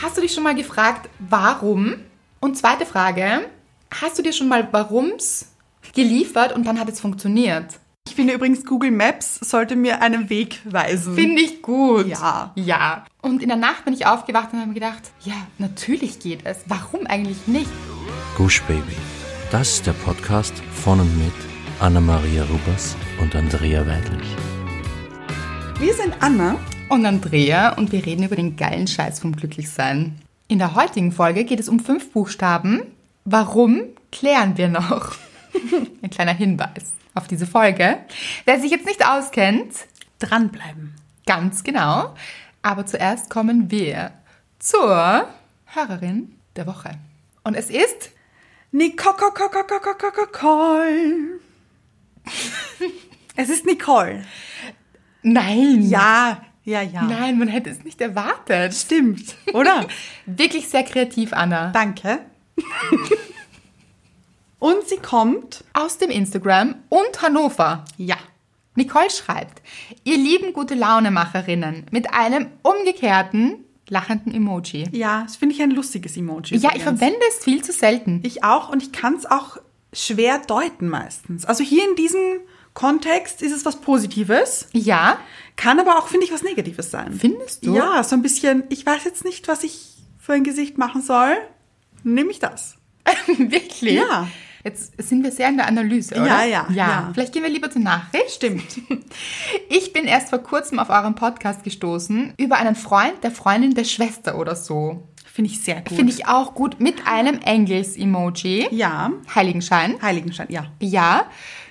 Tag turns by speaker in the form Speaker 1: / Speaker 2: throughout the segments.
Speaker 1: Hast du dich schon mal gefragt, warum? Und zweite Frage, hast du dir schon mal warums geliefert und dann hat es funktioniert?
Speaker 2: Ich finde übrigens, Google Maps sollte mir einen Weg weisen.
Speaker 1: Finde ich gut.
Speaker 2: Ja.
Speaker 1: Ja. Und in der Nacht bin ich aufgewacht und habe mir gedacht, ja, natürlich geht es. Warum eigentlich nicht?
Speaker 3: Gush Baby. Das ist der Podcast von und mit Anna-Maria Rubers und Andrea Weidlich.
Speaker 2: Wir sind Anna.
Speaker 1: Und Andrea und wir reden über den geilen Scheiß vom Glücklichsein. In der heutigen Folge geht es um fünf Buchstaben. Warum klären wir noch? Ein kleiner Hinweis auf diese Folge. Wer sich jetzt nicht auskennt,
Speaker 2: Dranbleiben.
Speaker 1: ganz genau. Aber zuerst kommen wir zur Hörerin der Woche. Und es ist
Speaker 2: Nicole. Nicole. es ist Nicole.
Speaker 1: Nein.
Speaker 2: Ja, ja, ja.
Speaker 1: Nein, man hätte es nicht erwartet.
Speaker 2: Stimmt, oder?
Speaker 1: Wirklich sehr kreativ, Anna.
Speaker 2: Danke. Und sie kommt.
Speaker 1: Aus dem Instagram und Hannover.
Speaker 2: Ja.
Speaker 1: Nicole schreibt, ihr lieben gute Launemacherinnen mit einem umgekehrten lachenden Emoji.
Speaker 2: Ja, das finde ich ein lustiges Emoji.
Speaker 1: Ja, ich
Speaker 2: übrigens.
Speaker 1: verwende es viel zu selten.
Speaker 2: Ich auch und ich kann es auch schwer deuten meistens. Also hier in diesem Kontext ist es was Positives,
Speaker 1: Ja,
Speaker 2: kann aber auch, finde ich, was Negatives sein.
Speaker 1: Findest du?
Speaker 2: Ja, so ein bisschen, ich weiß jetzt nicht, was ich für ein Gesicht machen soll, nehme ich das.
Speaker 1: wirklich.
Speaker 2: Ja.
Speaker 1: Jetzt sind wir sehr in der Analyse, oder?
Speaker 2: Ja, ja,
Speaker 1: ja.
Speaker 2: ja.
Speaker 1: Vielleicht gehen wir lieber zur Nachricht.
Speaker 2: Stimmt.
Speaker 1: Ich bin erst vor kurzem auf euren Podcast gestoßen über einen Freund der Freundin der Schwester oder so.
Speaker 2: Finde ich sehr gut.
Speaker 1: Finde ich auch gut mit einem Engels-Emoji.
Speaker 2: Ja.
Speaker 1: Heiligenschein.
Speaker 2: Heiligenschein, ja.
Speaker 1: Ja,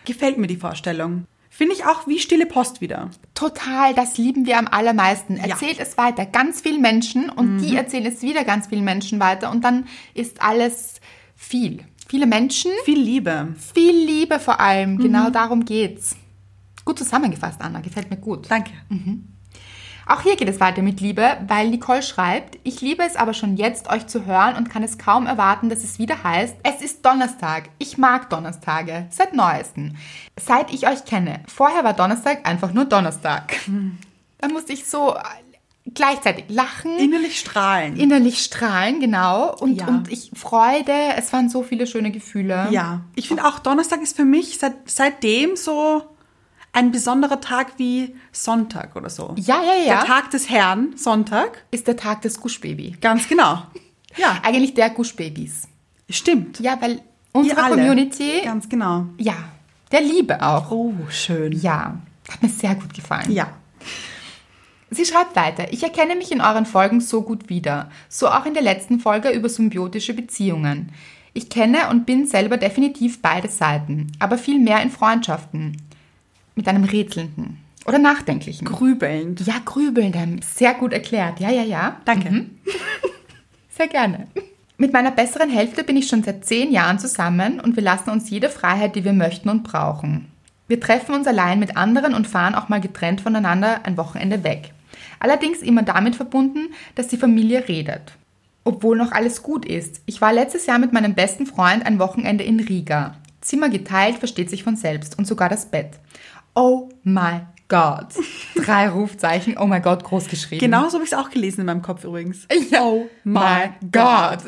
Speaker 2: Gefällt mir die Vorstellung. Finde ich auch wie stille Post wieder.
Speaker 1: total, das lieben wir am allermeisten. Erzählt es weiter ganz vielen Menschen und
Speaker 2: Mhm.
Speaker 1: die erzählen es wieder ganz vielen Menschen weiter und dann ist alles viel. Viele Menschen,
Speaker 2: Viel Liebe.
Speaker 1: viel Liebe vor allem.
Speaker 2: Mhm.
Speaker 1: Genau darum geht's. Gut zusammengefasst, Anna, gefällt mir gut.
Speaker 2: Danke.
Speaker 1: Mhm. Auch hier geht es weiter mit Liebe, weil Nicole schreibt, ich liebe es aber schon jetzt, euch zu hören und kann es kaum erwarten, dass es wieder heißt, es ist Donnerstag. Ich mag Donnerstage. Seit neuesten. Seit ich euch kenne. Vorher war Donnerstag einfach nur Donnerstag.
Speaker 2: Mhm.
Speaker 1: Da musste ich so gleichzeitig lachen,
Speaker 2: Innerlich strahlen.
Speaker 1: innerlich strahlen, genau. Und,
Speaker 2: Ja.
Speaker 1: und ich Freude, es waren so viele schöne Gefühle.
Speaker 2: Ja, ich finde auch Donnerstag ist für mich seit, seitdem so ein besonderer Tag wie Sonntag oder so.
Speaker 1: Ja, ja, ja.
Speaker 2: Der Tag des Herrn, Sonntag.
Speaker 1: Ist der Tag des Guschbaby.
Speaker 2: Ganz genau. Ja,
Speaker 1: Eigentlich der Guschbabys.
Speaker 2: stimmt.
Speaker 1: Ja, weil
Speaker 2: Ihr
Speaker 1: unsere
Speaker 2: alle.
Speaker 1: Community
Speaker 2: Ganz genau.
Speaker 1: Ja, der Liebe auch.
Speaker 2: Oh, schön.
Speaker 1: Ja, hat mir sehr gut gefallen.
Speaker 2: Ja.
Speaker 1: Sie schreibt weiter, ich erkenne mich in euren Folgen so gut wieder, so auch in der letzten Folge über symbiotische Beziehungen. Ich kenne und bin selber definitiv beide Seiten, aber viel mehr in Freundschaften. Mit einem rätselnden oder nachdenklichen.
Speaker 2: Grübelnd.
Speaker 1: ja, grübelndem. Sehr gut erklärt. Ja, ja, ja.
Speaker 2: Danke.
Speaker 1: Sehr gerne. Mit meiner besseren Hälfte bin ich schon seit zehn Jahren zusammen und wir lassen uns jede Freiheit, die wir möchten und brauchen. Wir treffen uns allein mit anderen und fahren auch mal getrennt voneinander ein Wochenende weg. Allerdings immer damit verbunden, dass die Familie redet. Obwohl noch alles gut ist. Ich war letztes Jahr mit meinem besten Freund ein Wochenende in Riga. Zimmer geteilt, versteht sich von selbst und sogar das Bett. Oh my God. Drei Rufzeichen, oh my God, groß geschrieben.
Speaker 2: Genau so habe ich es auch gelesen in meinem Kopf übrigens.
Speaker 1: Oh
Speaker 2: my
Speaker 1: God.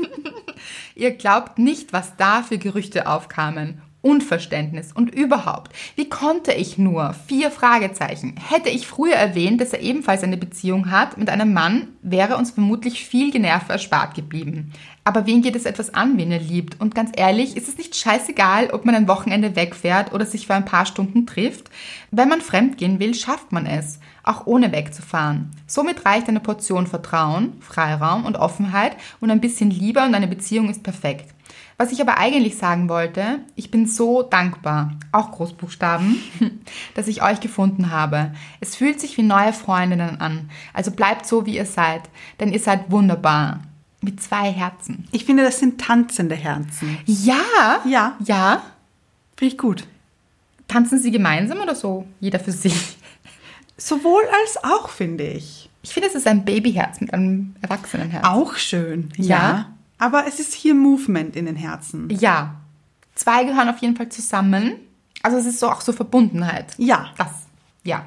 Speaker 1: Ihr glaubt nicht, was da für Gerüchte aufkamen. Unverständnis und überhaupt. Wie konnte ich nur? Vier Fragezeichen. Hätte ich früher erwähnt, dass er ebenfalls eine Beziehung hat mit einem Mann, wäre uns vermutlich viel Generve erspart geblieben. Aber wen geht es etwas an, wen er liebt? Und ganz ehrlich, ist es nicht scheißegal, ob man ein Wochenende wegfährt oder sich für ein paar Stunden trifft? Wenn man fremd gehen will, schafft man es auch ohne wegzufahren. Somit reicht eine Portion Vertrauen, Freiraum und Offenheit und ein bisschen Liebe und eine Beziehung ist perfekt. Was ich aber eigentlich sagen wollte, ich bin so dankbar, auch Großbuchstaben, dass ich euch gefunden habe. Es fühlt sich wie neue Freundinnen an. Also bleibt so, wie ihr seid, denn ihr seid wunderbar. Mit zwei Herzen.
Speaker 2: Ich finde, das sind tanzende Herzen.
Speaker 1: Ja!
Speaker 2: Ja.
Speaker 1: Ja?
Speaker 2: Finde ich gut.
Speaker 1: Tanzen sie gemeinsam oder so? Jeder für sich.
Speaker 2: Sowohl als auch, finde ich.
Speaker 1: Ich finde, es ist ein Babyherz mit einem Erwachsenenherz.
Speaker 2: Auch schön.
Speaker 1: Ja.
Speaker 2: Aber es ist hier Movement in den Herzen.
Speaker 1: Ja. Zwei gehören auf jeden Fall zusammen. Also es ist so auch so Verbundenheit.
Speaker 2: Ja.
Speaker 1: Das. Ja.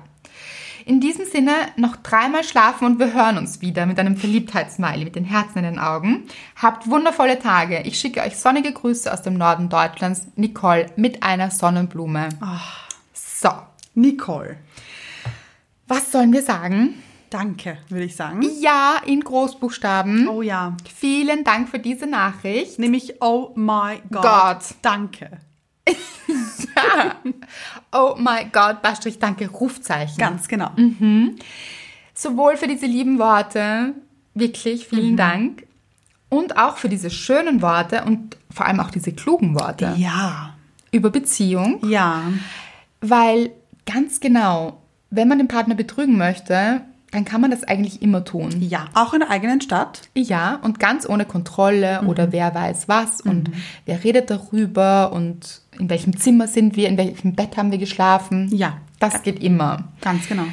Speaker 1: In diesem Sinne noch dreimal schlafen und wir hören uns wieder mit einem Verliebtheitssmiley mit den Herzen in den Augen. Habt wundervolle Tage. Ich schicke euch sonnige Grüße aus dem Norden Deutschlands. Nicole mit einer Sonnenblume. So,
Speaker 2: Nicole,
Speaker 1: was sollen wir sagen?
Speaker 2: danke, würde ich sagen.
Speaker 1: Ja in Großbuchstaben.
Speaker 2: Oh ja.
Speaker 1: Vielen Dank für diese Nachricht.
Speaker 2: Nämlich, oh my God.
Speaker 1: Gott.
Speaker 2: Danke.
Speaker 1: Oh mein Gott, Bastrich, danke, Rufzeichen.
Speaker 2: Ganz genau.
Speaker 1: sowohl für diese lieben Worte, wirklich vielen
Speaker 2: Mhm.
Speaker 1: Dank, und auch für diese schönen Worte und vor allem auch diese klugen Worte
Speaker 2: Ja.
Speaker 1: über Beziehung,
Speaker 2: Ja.
Speaker 1: weil ganz genau, wenn man den Partner betrügen möchte, dann kann man das eigentlich immer tun.
Speaker 2: Ja. Auch in der eigenen Stadt.
Speaker 1: Ja, und ganz ohne Kontrolle
Speaker 2: Mhm.
Speaker 1: oder wer weiß was und wer redet darüber und in welchem Zimmer sind wir, in welchem Bett haben wir geschlafen.
Speaker 2: Ja.
Speaker 1: Das geht immer.
Speaker 2: Ganz genau.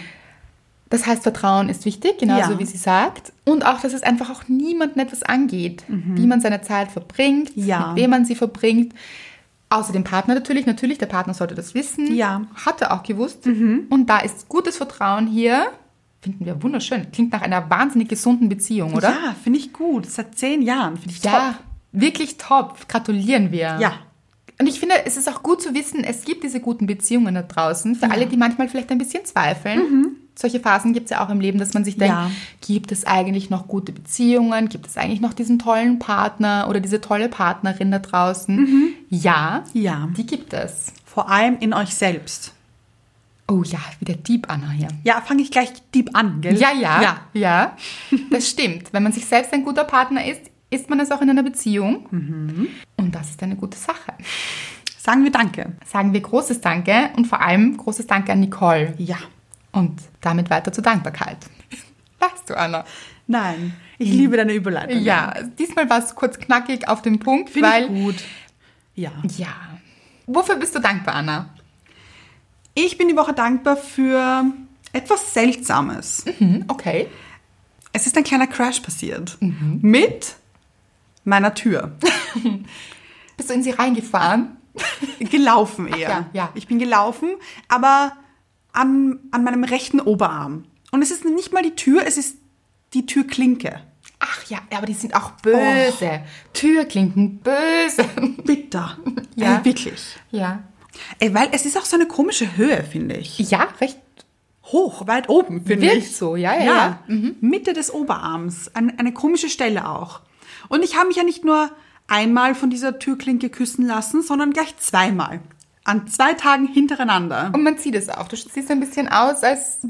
Speaker 1: Das heißt, Vertrauen ist wichtig, genauso
Speaker 2: Ja.
Speaker 1: wie sie sagt. Und auch, dass es einfach auch niemandem etwas angeht, wie man seine Zeit verbringt,
Speaker 2: Mhm. Ja.
Speaker 1: mit wem man sie verbringt. Außer dem Partner natürlich. Natürlich, der Partner sollte das wissen.
Speaker 2: Ja. Mhm.
Speaker 1: Hat er auch gewusst. Und da ist gutes Vertrauen hier. Finden wir wunderschön. Klingt nach einer wahnsinnig gesunden Beziehung, oder?
Speaker 2: Ja, finde ich gut. Seit zehn Jahren finde ich top.
Speaker 1: Wirklich top. Gratulieren wir.
Speaker 2: Ja.
Speaker 1: Und ich finde, es ist auch gut zu wissen, es gibt diese guten Beziehungen da draußen, für alle, die manchmal vielleicht ein bisschen zweifeln. Solche Phasen gibt es ja auch im Leben, dass man sich denkt,
Speaker 2: Mhm. Ja.
Speaker 1: gibt es eigentlich noch gute Beziehungen? Gibt es eigentlich noch diesen tollen Partner oder diese tolle Partnerin da draußen? Ja,
Speaker 2: Mhm. Ja.
Speaker 1: die gibt es.
Speaker 2: Vor allem in euch selbst.
Speaker 1: Oh ja, wieder Deep Anna hier.
Speaker 2: Ja, fange ich gleich deep an, gell?
Speaker 1: Ja, ja, ja,
Speaker 2: Ja.
Speaker 1: ja. Das stimmt. Wenn man sich selbst ein guter Partner ist, ist man es auch in einer Beziehung.
Speaker 2: Mhm.
Speaker 1: Und das ist eine gute Sache.
Speaker 2: Sagen wir Danke.
Speaker 1: Sagen wir großes Danke und vor allem großes Danke an Nicole.
Speaker 2: Ja.
Speaker 1: Und damit weiter zur Dankbarkeit. Weißt du, Anna?
Speaker 2: Nein. Ich liebe deine Überleitung.
Speaker 1: Ja, diesmal war es kurz knackig auf den Punkt,
Speaker 2: Finde
Speaker 1: weil.
Speaker 2: ich gut. Ja.
Speaker 1: Ja. Wofür bist du dankbar, Anna?
Speaker 2: Ich bin die Woche dankbar für etwas Seltsames.
Speaker 1: Hm, okay.
Speaker 2: Es ist ein kleiner Crash passiert.
Speaker 1: Mhm.
Speaker 2: Mit meiner Tür.
Speaker 1: Bist du in sie reingefahren?
Speaker 2: gelaufen eher.
Speaker 1: ja, ja.
Speaker 2: Ich bin gelaufen, aber an, an meinem rechten Oberarm. Und es ist nicht mal die Tür, es ist die Türklinke.
Speaker 1: Ach ja, aber die sind auch böse. Türklinken böse.
Speaker 2: Bitter.
Speaker 1: Ja.
Speaker 2: Ey, wirklich.
Speaker 1: Ja.
Speaker 2: Ey, weil es ist auch so eine komische Höhe, finde ich.
Speaker 1: Ja, recht.
Speaker 2: Hoch, weit oben, finde
Speaker 1: Wirkt
Speaker 2: ich. mhm.
Speaker 1: so, ja, ja, ja.
Speaker 2: Mitte des Oberarms. Ein, eine komische Stelle auch. Und ich habe mich ja nicht nur einmal von dieser Türklinke küssen lassen, sondern gleich zweimal. An zwei Tagen hintereinander.
Speaker 1: Und man sieht es auch. Du siehst ein bisschen aus, als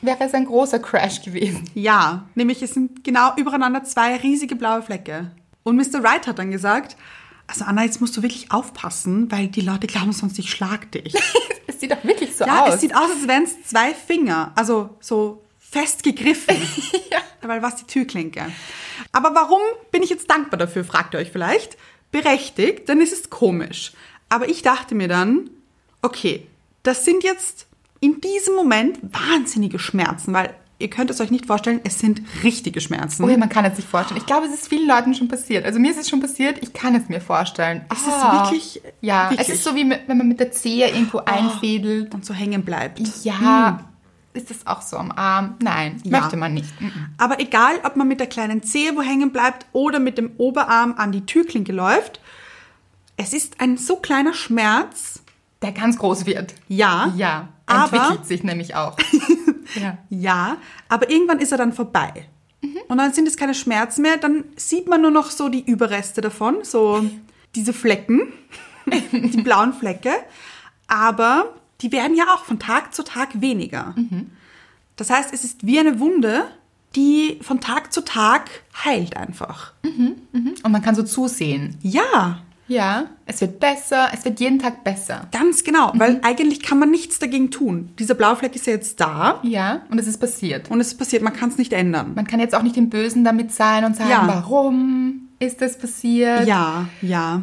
Speaker 1: wäre es ein großer Crash gewesen.
Speaker 2: Ja, nämlich es sind genau übereinander zwei riesige blaue Flecke. Und Mr. Wright hat dann gesagt, also Anna, jetzt musst du wirklich aufpassen, weil die Leute glauben sonst, ich schlag dich.
Speaker 1: Es sieht doch wirklich so
Speaker 2: ja,
Speaker 1: aus.
Speaker 2: es sieht aus, als wären es zwei Finger, also so fest gegriffen. ja. Weil was die Türklinke. Aber warum bin ich jetzt dankbar dafür, fragt ihr euch vielleicht. Berechtigt, denn es ist komisch. Aber ich dachte mir dann, okay, das sind jetzt in diesem Moment wahnsinnige Schmerzen, weil ihr könnt es euch nicht vorstellen, es sind richtige Schmerzen.
Speaker 1: Oh ja, man kann es sich vorstellen. Ich glaube, es ist vielen Leuten schon passiert. Also mir ist es schon passiert, ich kann es mir vorstellen. Ah,
Speaker 2: Es ist wirklich-
Speaker 1: Ja,
Speaker 2: wirklich. Ah.
Speaker 1: es ist so wie mit- wenn man mit der Zehe irgendwo einfädelt.
Speaker 2: Und so hängen bleibt.
Speaker 1: Ja, ist es auch so am Arm? Nein,
Speaker 2: Hm. Ja.
Speaker 1: möchte man nicht. Mhm.
Speaker 2: Aber egal, ob man mit der kleinen Zehe wo hängen bleibt oder mit dem Oberarm an die Türklinke läuft, es ist ein so kleiner Schmerz.
Speaker 1: Der ganz groß wird.
Speaker 2: Ja.
Speaker 1: Ja,
Speaker 2: Aber,
Speaker 1: entwickelt sich nämlich auch. ja.
Speaker 2: ja, aber irgendwann ist er dann vorbei.
Speaker 1: Mhm.
Speaker 2: Und dann sind es keine Schmerzen mehr. Dann sieht man nur noch so die Überreste davon, so diese Flecken, die blauen Flecke. Aber die werden ja auch von Tag zu Tag weniger.
Speaker 1: Mhm.
Speaker 2: Das heißt, es ist wie eine Wunde, die von Tag zu Tag heilt einfach.
Speaker 1: Und man kann so zusehen.
Speaker 2: Ja,
Speaker 1: Ja, es wird besser, es wird jeden Tag besser.
Speaker 2: Ganz genau, weil eigentlich kann man nichts dagegen tun. Dieser Blaufleck ist ja jetzt da
Speaker 1: Ja, und es ist passiert.
Speaker 2: und es ist passiert, man kann es nicht ändern.
Speaker 1: Man kann jetzt auch nicht im Bösen damit sein und sagen,
Speaker 2: Ja.
Speaker 1: warum ist das passiert?
Speaker 2: Ja, ja.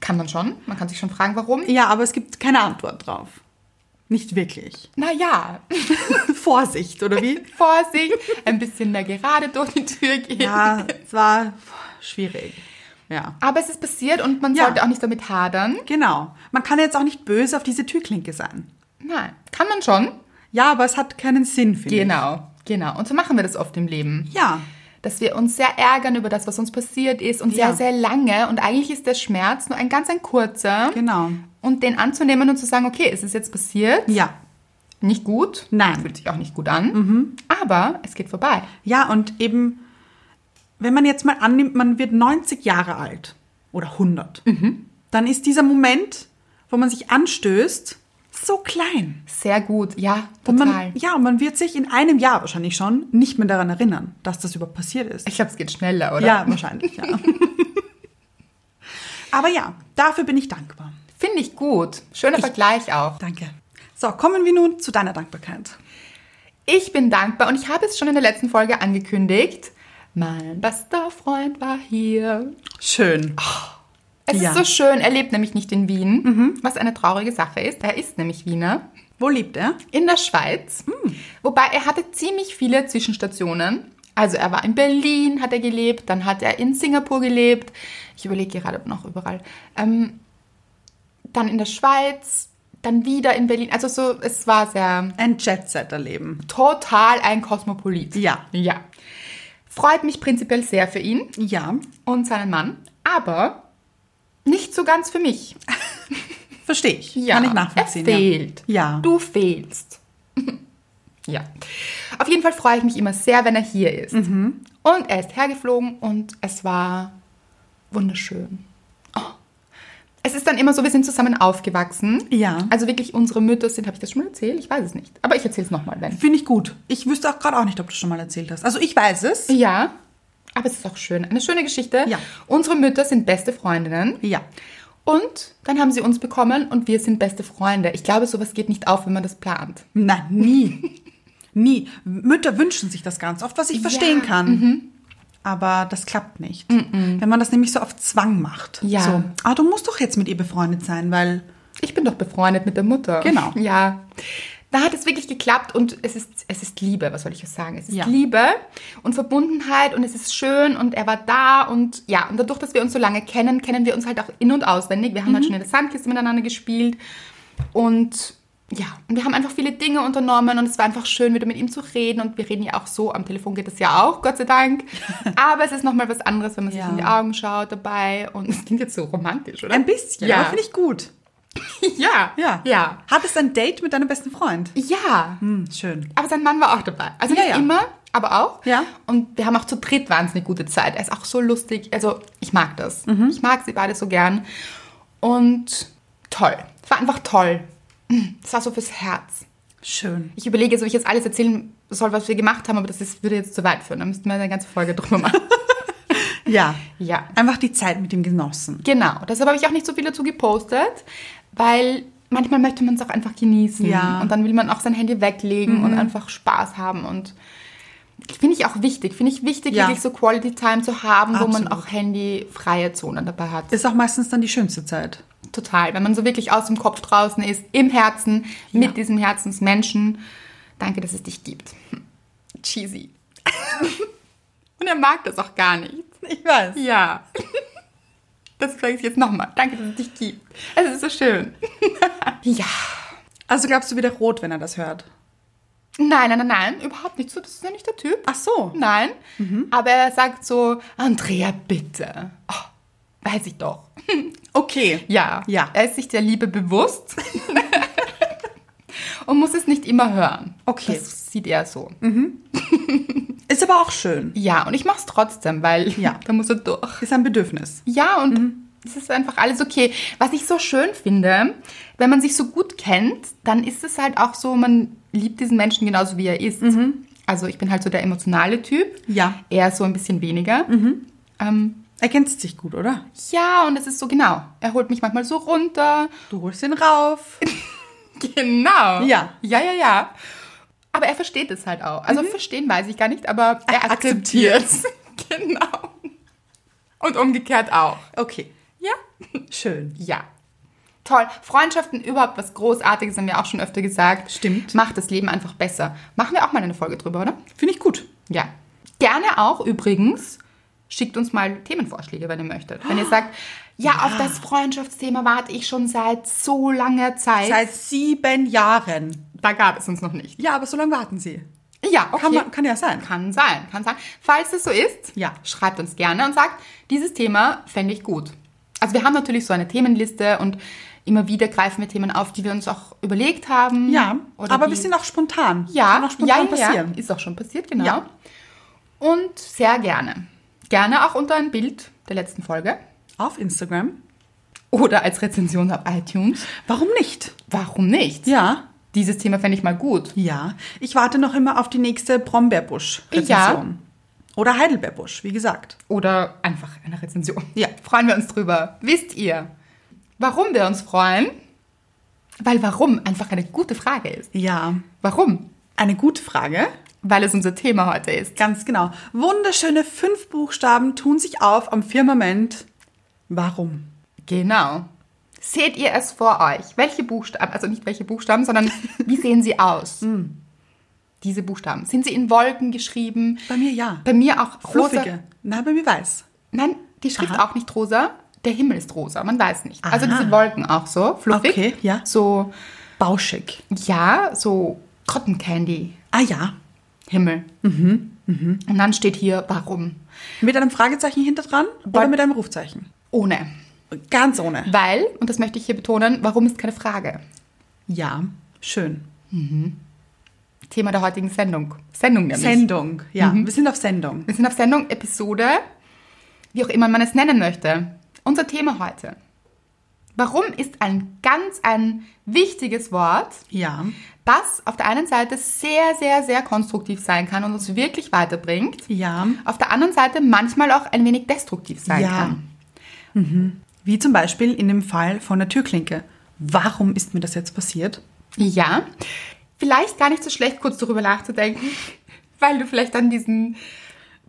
Speaker 1: Kann man schon. Man kann sich schon fragen, warum.
Speaker 2: Ja, aber es gibt keine Antwort drauf. Nicht wirklich.
Speaker 1: Naja,
Speaker 2: Vorsicht, oder wie?
Speaker 1: Vorsicht, ein bisschen mehr gerade durch die Tür gehen.
Speaker 2: ja, es war schwierig. Ja.
Speaker 1: Aber es ist passiert und man
Speaker 2: Ja.
Speaker 1: sollte auch nicht damit hadern.
Speaker 2: Genau. Man kann jetzt auch nicht böse auf diese Türklinke sein.
Speaker 1: Nein, kann man schon.
Speaker 2: Ja, aber es hat keinen Sinn, finde ich.
Speaker 1: Genau, genau. Und so machen wir das oft im Leben.
Speaker 2: Ja.
Speaker 1: Dass wir uns sehr ärgern über das, was uns passiert ist und
Speaker 2: Ja.
Speaker 1: sehr, sehr lange. Und eigentlich ist der Schmerz nur ein ganz ein kurzer.
Speaker 2: Genau.
Speaker 1: Und den anzunehmen und zu sagen, okay, es ist jetzt passiert.
Speaker 2: Ja.
Speaker 1: Nicht gut.
Speaker 2: Nein. Mhm.
Speaker 1: Fühlt sich auch nicht gut an. Aber es geht vorbei.
Speaker 2: Ja, und eben, wenn man jetzt mal annimmt, man wird 90 Jahre alt oder 100, dann ist dieser Moment, wo man sich anstößt, so klein.
Speaker 1: Sehr gut. Ja,
Speaker 2: Und
Speaker 1: total.
Speaker 2: man, ja, und man wird sich in einem Jahr wahrscheinlich schon nicht mehr daran erinnern, dass das überhaupt passiert ist.
Speaker 1: ich glaube, es geht schneller, oder?
Speaker 2: Ja, wahrscheinlich, ja. Aber ja, dafür bin ich dankbar.
Speaker 1: Finde ich gut. Schöner Vergleich auch.
Speaker 2: Danke. So, kommen wir nun zu deiner Dankbarkeit.
Speaker 1: Ich bin dankbar und ich habe es schon in der letzten Folge angekündigt. Mein bester Freund war hier.
Speaker 2: Schön.
Speaker 1: Es
Speaker 2: Ja.
Speaker 1: ist so schön, er lebt nämlich nicht in Wien, was eine traurige Sache ist. Er ist nämlich Wiener
Speaker 2: Wo lebt er?
Speaker 1: in der Schweiz,
Speaker 2: Hm.
Speaker 1: wobei er hatte ziemlich viele Zwischenstationen. Also er war in Berlin, hat er gelebt, dann hat er in Singapur gelebt. Ich überlege gerade ob noch überall. Ähm, dann in der Schweiz, dann wieder in Berlin. Also so, es war sehr
Speaker 2: Ein Jet-Setter-Leben.
Speaker 1: total ein Kosmopolit.
Speaker 2: Ja.
Speaker 1: Ja. Freut mich prinzipiell sehr für ihn
Speaker 2: Ja,
Speaker 1: und seinen Mann, aber nicht so ganz für mich.
Speaker 2: verstehe ich.
Speaker 1: Ja,
Speaker 2: Kann ich nachvollziehen.
Speaker 1: Er fehlt.
Speaker 2: Ja.
Speaker 1: Du fehlst. ja. Auf jeden Fall freue ich mich immer sehr, wenn er hier ist.
Speaker 2: Mhm.
Speaker 1: Und er ist hergeflogen und es war wunderschön. Oh. Es ist dann immer so, wir sind zusammen aufgewachsen.
Speaker 2: Ja.
Speaker 1: Also wirklich unsere Mütter sind, habe ich das schon mal erzählt? Ich weiß es nicht. Aber ich erzähle es nochmal, wenn.
Speaker 2: Finde ich gut. Ich wüsste auch gerade auch nicht, ob du schon mal erzählt hast. Also ich weiß es.
Speaker 1: Ja, aber es ist auch schön. Eine schöne Geschichte.
Speaker 2: Ja.
Speaker 1: Unsere Mütter sind beste Freundinnen.
Speaker 2: Ja.
Speaker 1: Und dann haben sie uns bekommen und wir sind beste Freunde. Ich glaube, sowas geht nicht auf, wenn man das plant.
Speaker 2: Nein, nie. nie. Mütter wünschen sich das ganz oft, was ich verstehen
Speaker 1: Ja.
Speaker 2: kann. Aber das klappt nicht. Wenn man das nämlich so auf Zwang macht.
Speaker 1: Ja.
Speaker 2: So, ah, du musst doch jetzt mit ihr befreundet sein, weil
Speaker 1: Ich bin doch befreundet mit der Mutter.
Speaker 2: Genau.
Speaker 1: Ja. Da hat es wirklich geklappt und es ist, es ist Liebe, was soll ich jetzt sagen? Es ist
Speaker 2: Ja.
Speaker 1: Liebe und Verbundenheit und es ist schön und er war da und ja, und dadurch, dass wir uns so lange kennen, kennen wir uns halt auch in- und auswendig. Wir haben
Speaker 2: Mhm.
Speaker 1: halt schon in der Sandkiste miteinander gespielt und ja, und wir haben einfach viele Dinge unternommen und es war einfach schön, wieder mit ihm zu reden und wir reden ja auch so, am Telefon geht das ja auch, Gott sei Dank. Aber es ist nochmal was anderes, wenn man sich
Speaker 2: Ja.
Speaker 1: in die Augen schaut dabei und es klingt jetzt so romantisch, oder?
Speaker 2: ein bisschen.
Speaker 1: Ja.
Speaker 2: Aber finde ich gut.
Speaker 1: Ja. Ja.
Speaker 2: Hattest ein Date mit deinem besten Freund?
Speaker 1: Ja,
Speaker 2: Hm, schön.
Speaker 1: aber sein Mann war auch dabei. Also
Speaker 2: Ja,
Speaker 1: nicht
Speaker 2: ja.
Speaker 1: immer, aber auch.
Speaker 2: Ja.
Speaker 1: Und wir haben auch zu dritt wahnsinnig gute Zeit. Er ist auch so lustig. Also ich mag das.
Speaker 2: Mhm.
Speaker 1: Ich mag sie beide so gern. Und toll. Es war einfach toll. Es war so fürs Herz.
Speaker 2: Schön.
Speaker 1: Ich überlege jetzt, ob ich jetzt alles erzählen soll, was wir gemacht haben, aber das ist, würde jetzt zu weit führen. Da müssten wir eine ganze Folge drüber machen.
Speaker 2: Ja.
Speaker 1: ja.
Speaker 2: Einfach die Zeit mit ihm genossen.
Speaker 1: Genau, deshalb habe ich auch nicht so viel dazu gepostet, weil manchmal möchte man es auch einfach genießen.
Speaker 2: Ja. Mhm.
Speaker 1: Und dann will man auch sein Handy weglegen und einfach Spaß haben. Und finde ich auch wichtig. Finde ich wichtig,
Speaker 2: Ja.
Speaker 1: wirklich so Quality Time zu haben, wo man
Speaker 2: Absolut.
Speaker 1: auch handyfreie Zonen dabei hat.
Speaker 2: Ist auch meistens dann die schönste Zeit.
Speaker 1: Total. Wenn man so wirklich aus dem Kopf draußen ist, im Herzen, mit diesem Herzensmenschen. Danke, dass es dich gibt. Hm. Cheesy. und er mag das auch gar nicht.
Speaker 2: Ich weiß.
Speaker 1: Ja. Das sage ich jetzt nochmal. Danke, dass es dich gibt. Es ist so schön. ja.
Speaker 2: Also glaubst du, wird er rot, wenn er das hört?
Speaker 1: Nein, nein, nein, nein, überhaupt nicht so. Das ist ja nicht der Typ.
Speaker 2: Ach so.
Speaker 1: Nein.
Speaker 2: Mhm.
Speaker 1: Aber er sagt so, Andrea, bitte. Oh, weiß ich doch.
Speaker 2: Okay.
Speaker 1: Ja.
Speaker 2: Ja.
Speaker 1: Er ist sich der Liebe bewusst. Und muss es nicht immer hören.
Speaker 2: Okay.
Speaker 1: Das sieht er so.
Speaker 2: Ist aber auch schön.
Speaker 1: Ja, und ich mach's trotzdem, weil
Speaker 2: Ja.
Speaker 1: da muss er durch.
Speaker 2: Ist ein Bedürfnis.
Speaker 1: Ja, und es ist einfach alles okay. Was ich so schön finde, wenn man sich so gut kennt, dann ist es halt auch so, man liebt diesen Menschen genauso, wie er ist. Also ich bin halt so der emotionale Typ.
Speaker 2: Ja.
Speaker 1: Er so ein bisschen weniger. Ähm,
Speaker 2: Ergänzt sich gut, oder?
Speaker 1: ja, und es ist so genau. Er holt mich manchmal so runter.
Speaker 2: Du holst ihn rauf.
Speaker 1: Genau.
Speaker 2: Ja.
Speaker 1: Ja, ja, ja. Aber er versteht es halt auch. Also verstehen weiß ich gar nicht, aber er akzeptiert es. genau. Und umgekehrt auch.
Speaker 2: Okay.
Speaker 1: Ja.
Speaker 2: Schön.
Speaker 1: Ja. Toll. Freundschaften überhaupt was Großartiges, haben wir auch schon öfter gesagt.
Speaker 2: Stimmt.
Speaker 1: Macht das Leben einfach besser. Machen wir auch mal eine Folge drüber, oder?
Speaker 2: Finde ich gut.
Speaker 1: Ja. Gerne auch übrigens, schickt uns mal Themenvorschläge, wenn ihr möchtet. Wenn ihr sagt, ja, auf das Freundschaftsthema warte ich schon seit so langer Zeit.
Speaker 2: Seit sieben Jahren.
Speaker 1: Da gab es uns noch nicht.
Speaker 2: Ja, aber so lange warten sie.
Speaker 1: Ja, okay.
Speaker 2: Kann, man, kann ja sein.
Speaker 1: Kann sein, kann sein. Falls es so ist,
Speaker 2: Ja.
Speaker 1: schreibt uns gerne und sagt, dieses Thema fände ich gut. Also wir haben natürlich so eine Themenliste und immer wieder greifen wir Themen auf, die wir uns auch überlegt haben.
Speaker 2: Ja,
Speaker 1: Hm. oder
Speaker 2: aber
Speaker 1: die,
Speaker 2: wir sind auch spontan.
Speaker 1: ja,
Speaker 2: Kann auch spontan
Speaker 1: ja, ja,
Speaker 2: passieren.
Speaker 1: Ja, ist auch schon passiert, genau.
Speaker 2: Ja.
Speaker 1: Und sehr gerne. Gerne auch unter ein Bild der letzten Folge
Speaker 2: Auf Instagram.
Speaker 1: oder als Rezension auf iTunes.
Speaker 2: Warum nicht?
Speaker 1: Warum nicht?
Speaker 2: Ja.
Speaker 1: Dieses Thema fände ich mal gut.
Speaker 2: Ja. Ich warte noch immer auf die nächste Brombeerbusch-Rezension. Oder Heidelbeerbusch, wie gesagt.
Speaker 1: Oder einfach eine Rezension.
Speaker 2: Ja.
Speaker 1: Freuen wir uns drüber. Wisst ihr, warum wir uns freuen? Weil warum einfach eine gute Frage ist.
Speaker 2: Ja.
Speaker 1: Warum?
Speaker 2: Eine gute Frage.
Speaker 1: Weil es unser Thema heute ist.
Speaker 2: Ganz genau. Wunderschöne fünf Buchstaben tun sich auf am Firmament. Warum?
Speaker 1: Genau. Seht ihr es vor euch? Welche Buchstaben, also nicht welche Buchstaben, sondern wie sehen sie aus?
Speaker 2: Mm.
Speaker 1: Diese Buchstaben. Sind sie in Wolken geschrieben?
Speaker 2: Bei mir ja.
Speaker 1: Bei mir auch rosa.
Speaker 2: Fluffige. Na, bei mir weiß.
Speaker 1: Nein, die Schrift
Speaker 2: Aha.
Speaker 1: auch nicht rosa. Der Himmel ist rosa, man weiß nicht. Also
Speaker 2: Aha.
Speaker 1: diese Wolken auch so, fluffig.
Speaker 2: Okay, ja.
Speaker 1: So,
Speaker 2: Bauschig.
Speaker 1: ja, so Cotton Candy
Speaker 2: Ah ja.
Speaker 1: Himmel.
Speaker 2: Mhm,
Speaker 1: Und dann steht hier, warum?
Speaker 2: Mit einem Fragezeichen hinter dran oder
Speaker 1: Weil-
Speaker 2: mit einem Rufzeichen?
Speaker 1: Ohne.
Speaker 2: Ganz ohne.
Speaker 1: Weil, und das möchte ich hier betonen, warum ist keine Frage?
Speaker 2: Ja, schön.
Speaker 1: Thema der heutigen Sendung. Sendung nämlich.
Speaker 2: Sendung, ja.
Speaker 1: Mhm.
Speaker 2: Wir sind auf Sendung.
Speaker 1: Wir sind auf Sendung, Episode, wie auch immer man es nennen möchte. Unser Thema heute. Warum ist ein ganz ein wichtiges Wort,
Speaker 2: Ja,
Speaker 1: das auf der einen Seite sehr, sehr, sehr konstruktiv sein kann und uns wirklich weiterbringt,
Speaker 2: ja.
Speaker 1: auf der anderen Seite manchmal auch ein wenig destruktiv sein
Speaker 2: Ja.
Speaker 1: kann.
Speaker 2: Wie zum Beispiel in dem Fall von der Türklinke. Warum ist mir das jetzt passiert?
Speaker 1: Ja, vielleicht gar nicht so schlecht, kurz darüber nachzudenken, weil du vielleicht dann diesen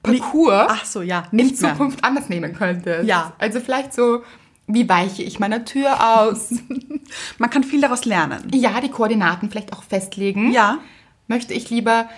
Speaker 1: Parcours
Speaker 2: Ach so, ja.
Speaker 1: in
Speaker 2: Nicht mehr.
Speaker 1: Zukunft anders nehmen könntest.
Speaker 2: Ja.
Speaker 1: Also vielleicht so, wie weiche ich meiner Tür aus?
Speaker 2: Man kann viel daraus lernen.
Speaker 1: ja, die Koordinaten vielleicht auch festlegen.
Speaker 2: Ja.
Speaker 1: Möchte ich lieber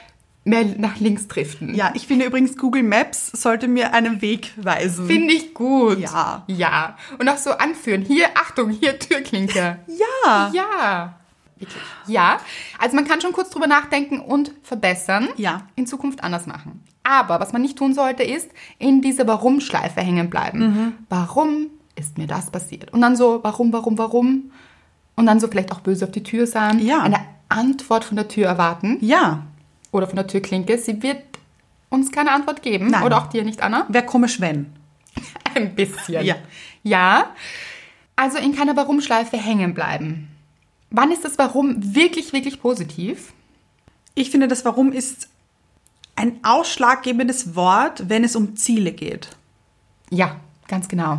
Speaker 1: mehr nach links driften?
Speaker 2: Ja, ich finde übrigens, Google Maps sollte mir einen Weg weisen.
Speaker 1: Finde ich gut.
Speaker 2: Ja.
Speaker 1: Ja. Und auch so anführen. Hier, Achtung, hier Türklinke.
Speaker 2: ja.
Speaker 1: Ja. Wirklich. Ja. Also man kann schon kurz drüber nachdenken und verbessern.
Speaker 2: Ja.
Speaker 1: In Zukunft anders machen. Aber was man nicht tun sollte, ist in dieser Warum-Schleife hängen bleiben.
Speaker 2: Mhm.
Speaker 1: Warum ist mir das passiert? Und dann so, warum, warum, warum? Und dann so vielleicht auch böse auf die Tür sein.
Speaker 2: Ja.
Speaker 1: Eine Antwort von der Tür erwarten
Speaker 2: Ja.
Speaker 1: oder von der Türklinke. Sie wird uns keine Antwort geben.
Speaker 2: Nein.
Speaker 1: Oder auch dir nicht, Anna.
Speaker 2: Wäre komisch, wenn.
Speaker 1: Ein bisschen.
Speaker 2: Ja.
Speaker 1: Ja. Also in keiner Warum-Schleife hängen bleiben. Wann ist das Warum wirklich, wirklich positiv?
Speaker 2: Ich finde, das Warum ist ein ausschlaggebendes Wort, wenn es um Ziele geht.
Speaker 1: Ja, ganz genau.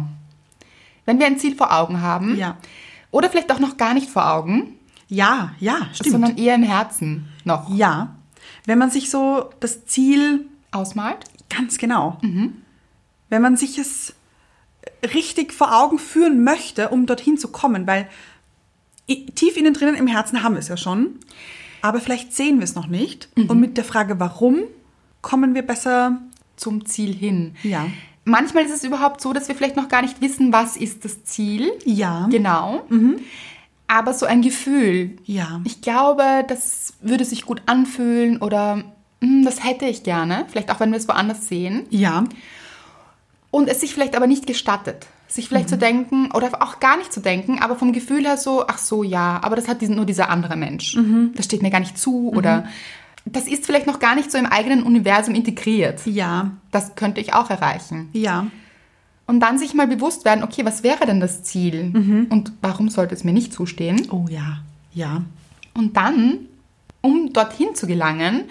Speaker 1: Wenn wir ein Ziel vor Augen haben.
Speaker 2: Ja.
Speaker 1: Oder vielleicht auch noch gar nicht vor Augen,
Speaker 2: Ja, ja, stimmt.
Speaker 1: sondern eher im Herzen noch
Speaker 2: ja. Wenn man sich so das Ziel
Speaker 1: ausmalt.
Speaker 2: Ganz genau. Wenn man sich es richtig vor Augen führen möchte, um dorthin zu kommen, weil i- tief innen drinnen im Herzen haben wir es ja schon, aber vielleicht sehen wir es noch nicht. Und mit der Frage, warum, kommen wir besser.
Speaker 1: zum Ziel hin.
Speaker 2: Ja.
Speaker 1: Manchmal ist es überhaupt so, dass wir vielleicht noch gar nicht wissen, was ist das Ziel.
Speaker 2: Ja.
Speaker 1: Genau. Aber so ein Gefühl.
Speaker 2: Ja.
Speaker 1: Ich glaube, das würde sich gut anfühlen oder "Hm, das hätte ich gerne. Vielleicht auch, wenn wir es woanders sehen.
Speaker 2: Ja,
Speaker 1: Und es sich vielleicht aber nicht gestattet. Sich vielleicht zu denken oder auch gar nicht zu denken, aber vom Gefühl her so, ach so, ja, aber das hat diesen, nur dieser andere Mensch. Das steht mir gar nicht zu oder das ist vielleicht noch gar nicht so im eigenen Universum integriert.
Speaker 2: ja,
Speaker 1: Das könnte ich auch erreichen.
Speaker 2: ja,
Speaker 1: Und dann sich mal bewusst werden, okay, was wäre denn das Ziel? Und warum sollte es mir nicht zustehen?
Speaker 2: oh ja, ja,
Speaker 1: Und dann, um dorthin zu gelangen,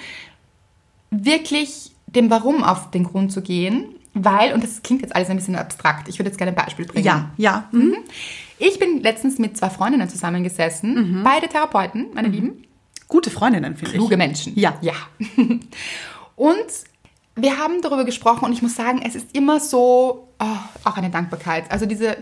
Speaker 1: wirklich dem Warum auf den Grund zu gehen, weil, und das klingt jetzt alles ein bisschen abstrakt, ich würde jetzt gerne ein Beispiel bringen.
Speaker 2: ja, ja, Mhm.
Speaker 1: Ich bin letztens mit zwei Freundinnen
Speaker 2: Mhm.
Speaker 1: zusammengesessen, beide Therapeuten, meine Lieben.
Speaker 2: Gute Freundinnen, finde ich.
Speaker 1: kluge Menschen.
Speaker 2: Mhm. Ja.
Speaker 1: Ja. Und wir haben darüber gesprochen und ich muss sagen, es ist immer so, oh, auch eine Dankbarkeit. Also diese,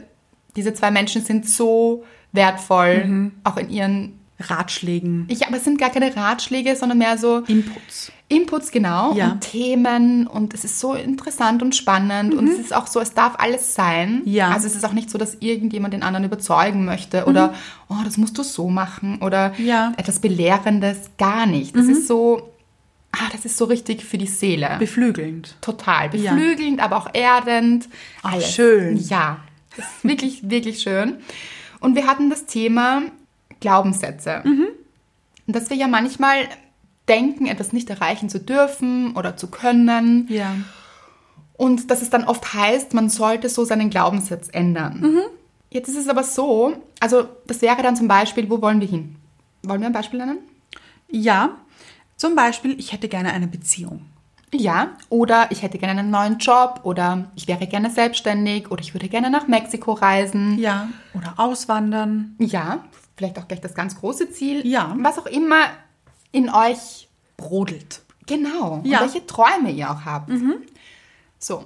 Speaker 1: diese zwei Menschen sind so wertvoll,
Speaker 2: Mhm.
Speaker 1: auch in ihren,
Speaker 2: Ratschlägen,
Speaker 1: ich, aber es sind gar keine Ratschläge, sondern mehr so
Speaker 2: Inputs.
Speaker 1: Inputs genau
Speaker 2: Ja.
Speaker 1: und Themen und es ist so interessant und spannend und es ist auch so, es darf alles sein.
Speaker 2: Mhm. Ja.
Speaker 1: Also es ist auch nicht so, dass irgendjemand den anderen überzeugen möchte oder oh, das musst du so machen oder
Speaker 2: Mhm. Ja. Mhm.
Speaker 1: etwas Belehrendes, gar nicht. Es ist so, ah, das ist so richtig für die Seele.
Speaker 2: Beflügelnd.
Speaker 1: Total
Speaker 2: Ja.
Speaker 1: beflügelnd, aber auch erdend. Alles.
Speaker 2: schön.
Speaker 1: Ja, das ist wirklich, wirklich schön. Und wir hatten das Thema Glaubenssätze. Und Dass wir ja manchmal denken, etwas nicht erreichen zu dürfen oder zu können.
Speaker 2: Ja.
Speaker 1: Und dass es dann oft heißt, man sollte so seinen Glaubenssatz ändern. Jetzt ist es aber so, also das wäre dann zum Beispiel, wo wollen wir hin? Wollen wir ein Beispiel nennen?
Speaker 2: Ja. Zum Beispiel, ich hätte gerne eine Beziehung.
Speaker 1: Ja, oder ich hätte gerne einen neuen Job oder ich wäre gerne selbstständig oder ich würde gerne nach Mexiko reisen.
Speaker 2: Ja. Oder auswandern.
Speaker 1: Ja, vielleicht auch gleich das ganz große Ziel.
Speaker 2: Ja.
Speaker 1: Was auch immer in euch,
Speaker 2: Brodelt.
Speaker 1: genau,
Speaker 2: Ja. Mhm.
Speaker 1: und welche Träume ihr auch habt. So,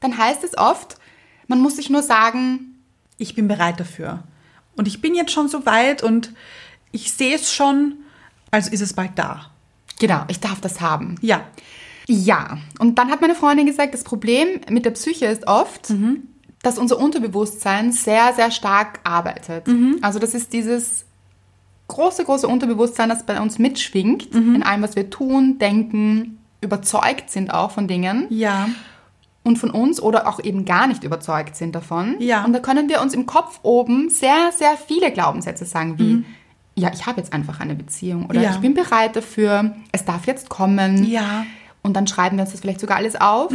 Speaker 1: dann heißt es oft, man muss sich nur sagen,
Speaker 2: Ich bin bereit dafür. Und ich bin jetzt schon so weit und ich sehe es schon, also ist es bald da.
Speaker 1: genau, ich darf das haben.
Speaker 2: Ja.
Speaker 1: Ja, und dann hat meine Freundin gesagt, das Problem mit der Psyche ist oft, dass unser Unterbewusstsein sehr, sehr stark arbeitet. Also das ist dieses große, große Unterbewusstsein, das bei uns mitschwingt in allem, was wir tun, denken, überzeugt sind auch von Dingen
Speaker 2: Ja.
Speaker 1: und von uns oder auch eben gar nicht überzeugt sind davon.
Speaker 2: Ja.
Speaker 1: Und da können wir uns im Kopf oben sehr, sehr viele Glaubenssätze sagen, wie, ja, ich habe jetzt einfach eine Beziehung oder
Speaker 2: Mhm. Ja.
Speaker 1: ich bin bereit dafür, es darf jetzt kommen.
Speaker 2: Ja. Mhm.
Speaker 1: Und dann schreiben wir uns das vielleicht sogar alles auf.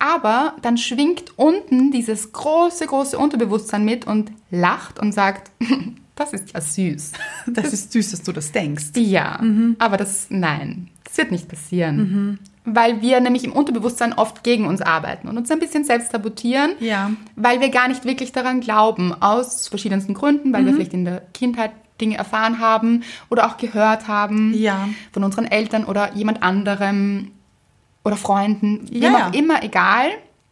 Speaker 1: Aber dann schwingt unten dieses große, große Unterbewusstsein mit und lacht und sagt, das ist ja süß.
Speaker 2: Das ist süß, dass du das denkst.
Speaker 1: Ja,
Speaker 2: Mhm.
Speaker 1: aber das, nein, das wird nicht passieren. Weil wir nämlich im Unterbewusstsein oft gegen uns arbeiten und uns ein bisschen selbst sabotieren,
Speaker 2: Ja.
Speaker 1: weil wir gar nicht wirklich daran glauben, aus verschiedensten Gründen, weil wir
Speaker 2: Mhm.
Speaker 1: vielleicht in der Kindheit Dinge erfahren haben oder auch gehört haben
Speaker 2: Ja.
Speaker 1: von unseren Eltern oder jemand anderem oder Freunden,
Speaker 2: Ja,
Speaker 1: wem
Speaker 2: ja.
Speaker 1: auch immer, egal.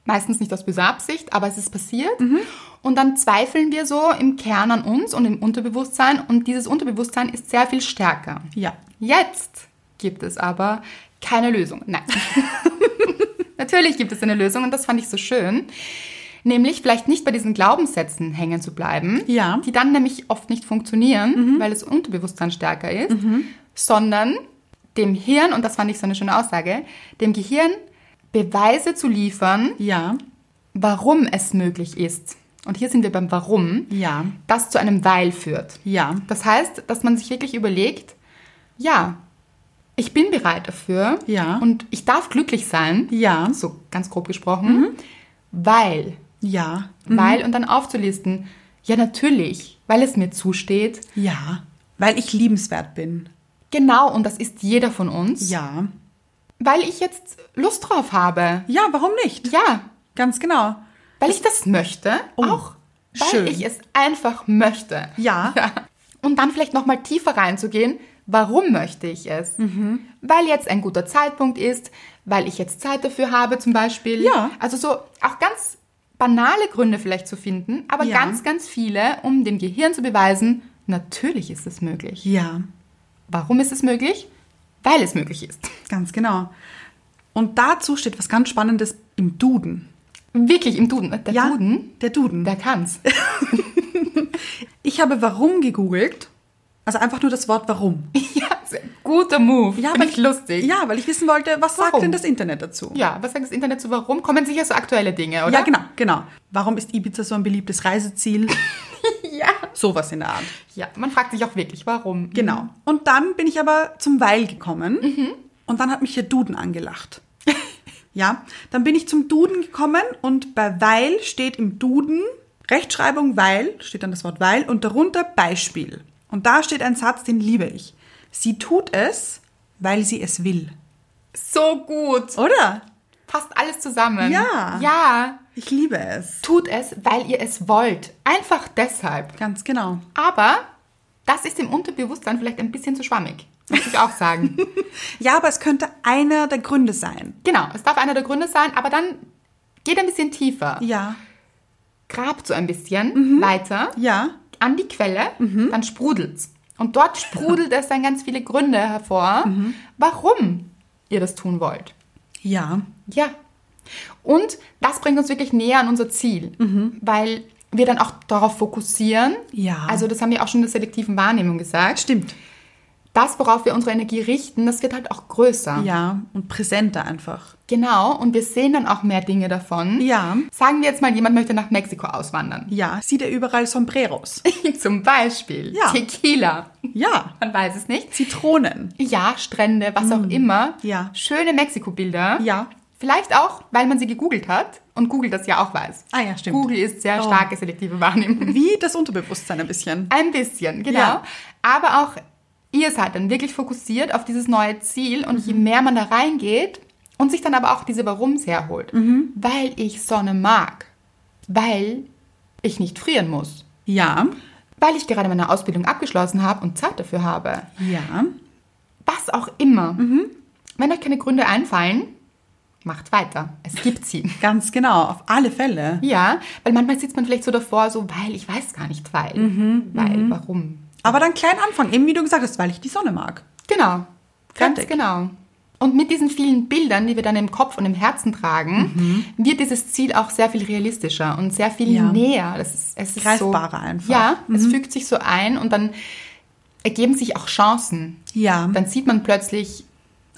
Speaker 1: Meistens nicht aus böser Absicht, aber es ist passiert.
Speaker 2: Mhm.
Speaker 1: Und dann zweifeln wir so im Kern an uns und im Unterbewusstsein. Und dieses Unterbewusstsein ist sehr viel stärker.
Speaker 2: Ja.
Speaker 1: Jetzt gibt es aber keine Lösung. Nein. Natürlich gibt es eine Lösung und das fand ich so schön. Nämlich vielleicht nicht bei diesen Glaubenssätzen hängen zu bleiben,
Speaker 2: Ja.
Speaker 1: die dann nämlich oft nicht funktionieren, weil das Unterbewusstsein stärker ist, sondern dem Hirn, und das fand ich so eine schöne Aussage, dem Gehirn Beweise zu liefern,
Speaker 2: Ja.
Speaker 1: warum es möglich ist. Und hier sind wir beim Warum,
Speaker 2: Ja.
Speaker 1: das zu einem Weil führt.
Speaker 2: Ja.
Speaker 1: Das heißt, dass man sich wirklich überlegt, ja, ich bin bereit dafür
Speaker 2: Ja.
Speaker 1: und ich darf glücklich sein,
Speaker 2: Ja. Mhm.
Speaker 1: so ganz grob gesprochen, weil,
Speaker 2: Ja.
Speaker 1: weil und dann aufzulisten, ja natürlich, weil es mir zusteht,
Speaker 2: Ja. Weil ich liebenswert bin.
Speaker 1: genau und das ist jeder von uns,
Speaker 2: Ja.
Speaker 1: weil ich jetzt Lust drauf habe,
Speaker 2: Ja, warum nicht?
Speaker 1: ja,
Speaker 2: Ganz genau.
Speaker 1: weil ich das möchte,
Speaker 2: Oh,
Speaker 1: auch weil
Speaker 2: schön.
Speaker 1: ich es einfach möchte.
Speaker 2: Ja.
Speaker 1: Und dann vielleicht nochmal tiefer reinzugehen, warum möchte ich es?
Speaker 2: Mhm.
Speaker 1: Weil jetzt ein guter Zeitpunkt ist, weil ich jetzt Zeit dafür habe zum Beispiel.
Speaker 2: Ja.
Speaker 1: Also so auch ganz banale Gründe vielleicht zu finden, aber
Speaker 2: Ja.
Speaker 1: ganz, ganz viele, um dem Gehirn zu beweisen, natürlich ist es möglich.
Speaker 2: Ja.
Speaker 1: Warum ist es möglich? Weil es möglich ist.
Speaker 2: Ganz genau. Und dazu steht was ganz Spannendes im Duden.
Speaker 1: Wirklich im Duden. äh, Der
Speaker 2: ja,
Speaker 1: Duden,
Speaker 2: Der Duden.
Speaker 1: der kann's.
Speaker 2: Ich habe warum gegoogelt. Also einfach nur das Wort warum.
Speaker 1: ja, sehr guter Move.
Speaker 2: Ja,
Speaker 1: Finde ich lustig.
Speaker 2: Ja, weil ich wissen wollte, was
Speaker 1: Warum?
Speaker 2: sagt denn das Internet dazu?
Speaker 1: Ja, was sagt das Internet zu warum? Kommen sicher so aktuelle Dinge, oder?
Speaker 2: ja, genau, genau. Warum ist Ibiza so ein beliebtes Reiseziel?
Speaker 1: Ja.
Speaker 2: Sowas in der Art.
Speaker 1: Ja, man fragt sich auch wirklich, warum.
Speaker 2: Genau. Und dann bin ich aber zum Weil gekommen und dann hat mich der Duden angelacht. ja, dann bin ich zum Duden gekommen und bei Weil steht im Duden Rechtschreibung Weil, steht dann das Wort Weil und darunter Beispiel. Und da steht ein Satz, den liebe ich. Sie tut es, weil sie es will.
Speaker 1: So gut.
Speaker 2: Oder?
Speaker 1: Passt alles zusammen.
Speaker 2: Ja.
Speaker 1: Ja.
Speaker 2: Ich liebe es.
Speaker 1: Tut es, weil ihr es wollt. Einfach deshalb.
Speaker 2: Ganz genau.
Speaker 1: Aber das ist im Unterbewusstsein vielleicht ein bisschen zu schwammig. Muss ich auch sagen.
Speaker 2: Ja, aber es könnte einer der Gründe sein.
Speaker 1: genau. Es darf einer der Gründe sein, aber dann geht ein bisschen tiefer.
Speaker 2: Ja.
Speaker 1: Grabt so ein bisschen weiter
Speaker 2: Ja.
Speaker 1: an die Quelle, dann sprudelt's. Und dort sprudelt es dann ganz viele Gründe hervor, warum ihr das tun wollt.
Speaker 2: Ja.
Speaker 1: Ja. Und das bringt uns wirklich näher an unser Ziel, weil wir dann auch darauf fokussieren.
Speaker 2: Ja.
Speaker 1: Also das haben wir auch schon in der selektiven Wahrnehmung gesagt.
Speaker 2: Stimmt.
Speaker 1: Das, worauf wir unsere Energie richten, das wird halt auch größer.
Speaker 2: Ja, und präsenter einfach.
Speaker 1: Genau. Und wir sehen dann auch mehr Dinge davon.
Speaker 2: Ja.
Speaker 1: Sagen wir jetzt mal, jemand möchte nach Mexiko auswandern.
Speaker 2: Ja, sieht er überall Sombreros.
Speaker 1: Zum Beispiel
Speaker 2: Ja.
Speaker 1: Tequila.
Speaker 2: Ja.
Speaker 1: Man weiß es nicht.
Speaker 2: Zitronen.
Speaker 1: Ja, Strände, was auch immer.
Speaker 2: Mm. Ja.
Speaker 1: Schöne Mexiko-Bilder.
Speaker 2: Ja.
Speaker 1: Vielleicht auch, weil man sie gegoogelt hat und Google das ja auch weiß.
Speaker 2: Ah ja, stimmt.
Speaker 1: Google ist sehr
Speaker 2: Oh.
Speaker 1: starke selektive Wahrnehmung.
Speaker 2: Wie das Unterbewusstsein ein bisschen.
Speaker 1: Ein bisschen, genau.
Speaker 2: Ja.
Speaker 1: Aber auch ihr seid dann wirklich fokussiert auf dieses neue Ziel und je
Speaker 2: Mhm.
Speaker 1: mehr man da reingeht und sich dann aber auch diese Warums herholt,
Speaker 2: Mhm.
Speaker 1: weil ich Sonne mag, weil ich nicht frieren muss,
Speaker 2: Ja.
Speaker 1: weil ich gerade meine Ausbildung abgeschlossen habe und Zeit dafür habe,
Speaker 2: Ja.
Speaker 1: was auch immer.
Speaker 2: Mhm.
Speaker 1: Wenn euch keine Gründe einfallen, macht weiter. Es gibt sie.
Speaker 2: Ganz genau, auf alle Fälle.
Speaker 1: Ja, weil manchmal sitzt man vielleicht so davor, so, weil ich weiß gar nicht, weil.
Speaker 2: Mhm,
Speaker 1: Weil, warum?
Speaker 2: Aber dann klein anfangen, eben wie du gesagt hast, weil ich die Sonne mag.
Speaker 1: Genau. Ganz
Speaker 2: Fertig.
Speaker 1: genau. Und mit diesen vielen Bildern, die wir dann im Kopf und im Herzen tragen, wird dieses Ziel auch sehr viel realistischer und sehr viel
Speaker 2: Mhm. Ja.
Speaker 1: näher. Das ist, es ist
Speaker 2: Greifbarer
Speaker 1: so,
Speaker 2: einfach. Mhm.
Speaker 1: Ja, es fügt sich so ein und dann ergeben sich auch Chancen.
Speaker 2: Ja.
Speaker 1: Dann sieht man plötzlich,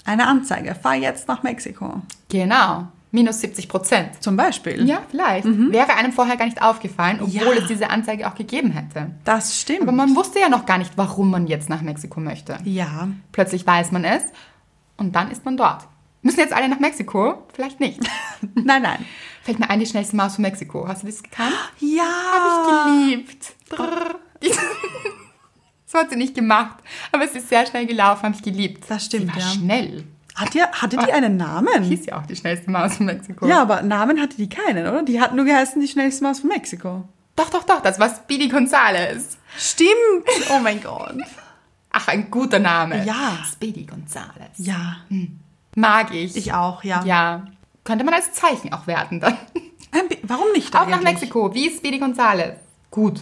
Speaker 2: Eine Anzeige, fahr jetzt nach Mexiko.
Speaker 1: genau, minus 70 Prozent.
Speaker 2: Zum Beispiel.
Speaker 1: Ja, vielleicht. Wäre einem vorher gar nicht aufgefallen, obwohl
Speaker 2: Mhm. Ja.
Speaker 1: es diese Anzeige auch gegeben hätte.
Speaker 2: Das stimmt.
Speaker 1: Aber man wusste ja noch gar nicht, warum man jetzt nach Mexiko möchte.
Speaker 2: ja.
Speaker 1: Plötzlich weiß man es und dann ist man dort. Müssen jetzt alle nach Mexiko? Vielleicht nicht.
Speaker 2: Nein, nein.
Speaker 1: Fällt mir ein, die schnellste Maus von Mexiko. Hast du das gekannt?
Speaker 2: Ja.
Speaker 1: Geliebt. Brrr. Die- das hat sie nicht gemacht. Aber es ist sehr schnell gelaufen, habe ich geliebt.
Speaker 2: Das stimmt,
Speaker 1: sie war
Speaker 2: ja.
Speaker 1: schnell.
Speaker 2: Hat die, hatte die einen Namen?
Speaker 1: Hieß ja auch die schnellste Maus von Mexiko.
Speaker 2: Ja, aber Namen hatte die keinen, oder? Die hat nur geheißen, die schnellste Maus von Mexiko.
Speaker 1: Doch, doch, doch, das war Speedy Gonzales.
Speaker 2: Stimmt. Oh mein Gott.
Speaker 1: Ach, ein guter Name.
Speaker 2: Ja.
Speaker 1: Speedy Gonzales.
Speaker 2: Ja.
Speaker 1: Mag ich.
Speaker 2: Ich auch, ja.
Speaker 1: Hm. Ja. Könnte man als Zeichen auch werten dann.
Speaker 2: Ein bi- Warum nicht
Speaker 1: Auch nach
Speaker 2: eigentlich?
Speaker 1: Mexiko, wie Speedy Gonzales. Gut.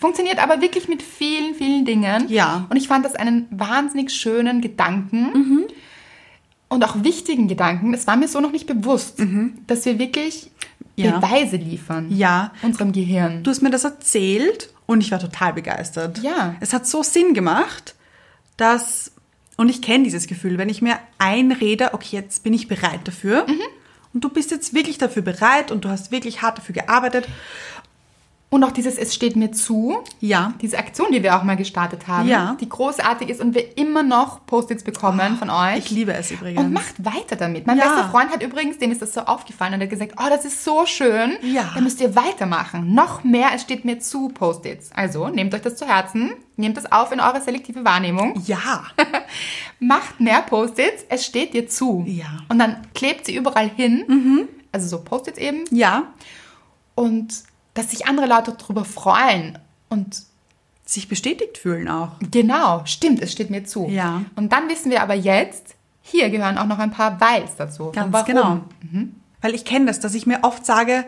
Speaker 1: Funktioniert aber wirklich mit vielen, vielen Dingen.
Speaker 2: Ja.
Speaker 1: Und ich fand das einen wahnsinnig schönen Gedanken
Speaker 2: Mhm.
Speaker 1: und auch wichtigen Gedanken. Das war mir so noch nicht bewusst, dass wir wirklich
Speaker 2: Mhm. Ja.
Speaker 1: Beweise liefern.
Speaker 2: Ja.
Speaker 1: Unserem Gehirn.
Speaker 2: Du hast mir das erzählt und ich war total begeistert.
Speaker 1: Ja.
Speaker 2: Es hat so Sinn gemacht, dass, und ich kenne dieses Gefühl, wenn ich mir einrede, okay, jetzt bin ich bereit dafür.
Speaker 1: Mhm.
Speaker 2: Und du bist jetzt wirklich dafür bereit und du hast wirklich hart dafür gearbeitet.
Speaker 1: Und auch dieses Es steht mir zu.
Speaker 2: Ja.
Speaker 1: Diese Aktion, die wir auch mal gestartet haben,
Speaker 2: Ja.
Speaker 1: die großartig ist und wir immer noch Post-its bekommen von euch.
Speaker 2: Ah, Ich liebe es übrigens.
Speaker 1: Und macht weiter damit. Mein
Speaker 2: Ja.
Speaker 1: bester Freund hat übrigens, dem ist das so aufgefallen und hat gesagt, oh, das ist so schön.
Speaker 2: Ja.
Speaker 1: Da müsst ihr weitermachen. Noch mehr, es steht mir zu, Post-its. Also nehmt euch das zu Herzen, nehmt das auf in eure selektive Wahrnehmung,
Speaker 2: Ja.
Speaker 1: macht mehr Post-its, es steht dir zu.
Speaker 2: Ja. Mhm.
Speaker 1: Und dann klebt sie überall hin, also so Post-its eben,
Speaker 2: Ja.
Speaker 1: und dass sich andere Leute darüber freuen und
Speaker 2: Sich bestätigt fühlen auch.
Speaker 1: Genau, stimmt, es steht mir zu.
Speaker 2: Ja.
Speaker 1: Und dann wissen wir aber jetzt, hier gehören auch noch ein paar Weils dazu. Und
Speaker 2: Ganz
Speaker 1: warum. Mhm.
Speaker 2: genau. Weil ich kenne das, dass ich mir oft sage,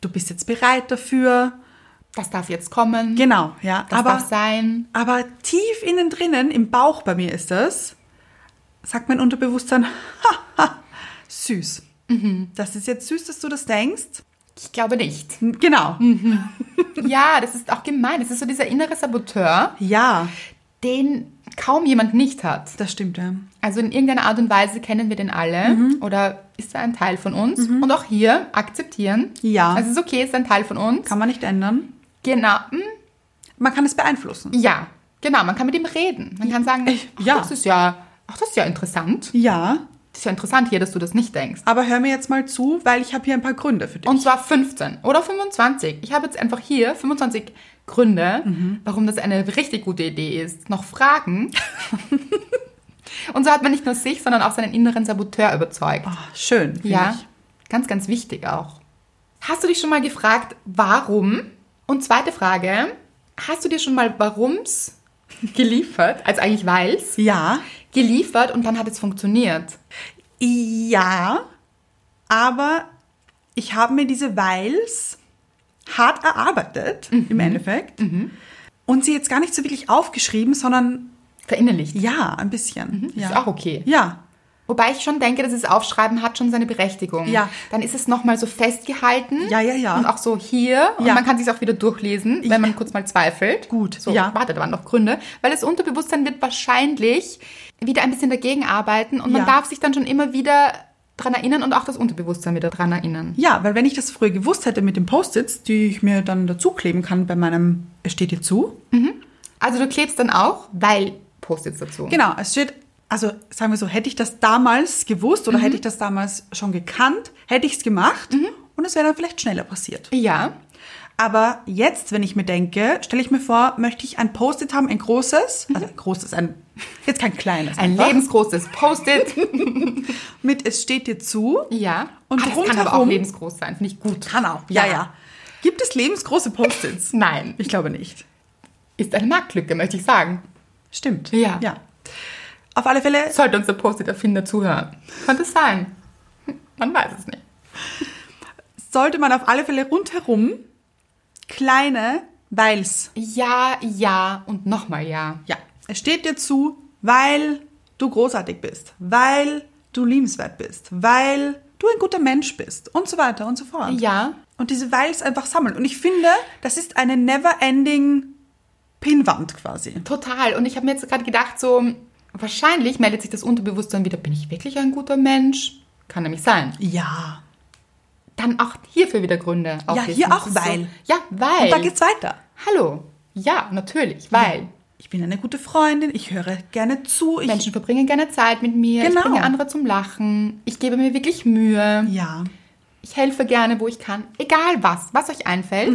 Speaker 2: du bist jetzt bereit dafür.
Speaker 1: Das darf jetzt kommen.
Speaker 2: Genau, ja.
Speaker 1: Das
Speaker 2: aber
Speaker 1: darf sein.
Speaker 2: Aber tief innen drinnen, im Bauch bei mir ist das, sagt mein Unterbewusstsein, haha, süß. Das ist jetzt süß, dass du das denkst.
Speaker 1: Ich glaube nicht.
Speaker 2: N- Genau.
Speaker 1: ja, das ist auch gemein. Das ist so dieser innere Saboteur,
Speaker 2: Ja,
Speaker 1: den kaum jemand nicht hat.
Speaker 2: das stimmt. Ja.
Speaker 1: Also in irgendeiner Art und Weise kennen wir den alle
Speaker 2: Mhm.
Speaker 1: oder ist er ein Teil von uns. Und auch hier akzeptieren.
Speaker 2: Ja.
Speaker 1: Also es ist okay, ist ein Teil von uns.
Speaker 2: Kann man nicht ändern.
Speaker 1: Genau. Hm,
Speaker 2: Man kann es beeinflussen.
Speaker 1: Ja, genau. Man kann mit ihm reden. Man kann sagen,
Speaker 2: Ich-
Speaker 1: ach,
Speaker 2: ja.
Speaker 1: das ist ja, ach, das ist ja interessant.
Speaker 2: Ja,
Speaker 1: Das ist ja interessant hier, dass du das nicht denkst.
Speaker 2: aber hör mir jetzt mal zu, weil ich habe hier ein paar Gründe für dich.
Speaker 1: Und zwar 15 oder 25. Ich habe jetzt einfach hier 25 Gründe, warum das eine richtig gute Idee ist. Noch Fragen. Und so hat man nicht nur sich, sondern auch seinen inneren Saboteur überzeugt.
Speaker 2: Ah, schön, finde
Speaker 1: ja,
Speaker 2: ich.
Speaker 1: ganz, ganz wichtig auch. Hast du dich schon mal gefragt, warum? Und zweite Frage, hast du dir schon mal warums geliefert, also eigentlich weil's,
Speaker 2: Ja,
Speaker 1: geliefert und dann hat es funktioniert?
Speaker 2: ja, aber ich habe mir diese Weils hart erarbeitet,
Speaker 1: Mhm.
Speaker 2: im Endeffekt. Und sie jetzt gar nicht so wirklich aufgeschrieben, sondern
Speaker 1: Verinnerlicht.
Speaker 2: Ja, ein bisschen. Ja.
Speaker 1: Ist Mhm, auch okay.
Speaker 2: Ja.
Speaker 1: Wobei ich schon denke, dass das Aufschreiben hat schon seine Berechtigung.
Speaker 2: Ja.
Speaker 1: Dann ist es nochmal so festgehalten.
Speaker 2: Ja, ja, ja.
Speaker 1: Und auch so hier. Und
Speaker 2: Ja.
Speaker 1: man kann sich auch wieder durchlesen, wenn man kurz mal zweifelt.
Speaker 2: Gut,
Speaker 1: So,
Speaker 2: ja.
Speaker 1: warte, da waren noch Gründe. Weil das Unterbewusstsein wird wahrscheinlich wieder ein bisschen dagegen arbeiten und man
Speaker 2: Ja.
Speaker 1: darf sich dann schon immer wieder dran erinnern und auch das Unterbewusstsein wieder dran erinnern.
Speaker 2: Ja, weil wenn ich das früher gewusst hätte mit den Post-its, die ich mir dann dazukleben kann bei meinem, es steht dir zu.
Speaker 1: Also du klebst dann auch, weil Post-its dazu.
Speaker 2: Genau, es steht, also sagen wir so, hätte ich das damals gewusst
Speaker 1: Mhm.
Speaker 2: oder hätte ich das damals schon gekannt, hätte ich es gemacht und es wäre dann vielleicht schneller passiert.
Speaker 1: Ja.
Speaker 2: Aber jetzt, wenn ich mir denke, stelle ich mir vor, möchte ich ein Post-it haben, ein großes, also ein großes, ein, jetzt kein kleines.
Speaker 1: Mhm. Ein
Speaker 2: einfach,
Speaker 1: lebensgroßes Post-it.
Speaker 2: Mit es steht dir zu.
Speaker 1: ja.
Speaker 2: Und
Speaker 1: ah, das kann aber auch
Speaker 2: rundherum-
Speaker 1: lebensgroß sein. Finde ich gut.
Speaker 2: Kann auch, ja,
Speaker 1: Ja.
Speaker 2: ja. Gibt es lebensgroße Post-its?
Speaker 1: Nein.
Speaker 2: ich glaube nicht.
Speaker 1: Ist eine Marktlücke, möchte ich sagen.
Speaker 2: Stimmt.
Speaker 1: Ja.
Speaker 2: ja. Auf alle Fälle
Speaker 1: Sollte unser Post-it-Erfinder zuhören. Könnte es sein. Man weiß es nicht.
Speaker 2: sollte man auf alle Fälle rundherum kleine Weils.
Speaker 1: Ja, ja und nochmal ja.
Speaker 2: Ja, es steht dir zu, weil du großartig bist, weil du liebenswert bist, weil du ein guter Mensch bist und so weiter und so fort.
Speaker 1: Ja.
Speaker 2: Und diese Weils einfach sammeln. Und ich finde, das ist eine never-ending Pinwand quasi.
Speaker 1: Total. Und ich habe mir jetzt gerade gedacht, so, wahrscheinlich meldet sich das Unterbewusstsein wieder, bin ich wirklich ein guter Mensch? Kann nämlich sein.
Speaker 2: Ja.
Speaker 1: Dann auch hierfür wieder Gründe. auflisten.
Speaker 2: hier auch
Speaker 1: Das ist
Speaker 2: weil.
Speaker 1: So, ja, weil.
Speaker 2: Und da geht's weiter.
Speaker 1: Hallo. Ja, natürlich, weil.
Speaker 2: Ich bin eine gute Freundin, ich höre gerne zu, ich
Speaker 1: Menschen verbringen gerne Zeit mit mir. Ich
Speaker 2: Genau.
Speaker 1: bringe andere zum Lachen. Ich gebe mir wirklich Mühe.
Speaker 2: ja.
Speaker 1: Ich helfe gerne, wo ich kann. Egal was, was euch einfällt.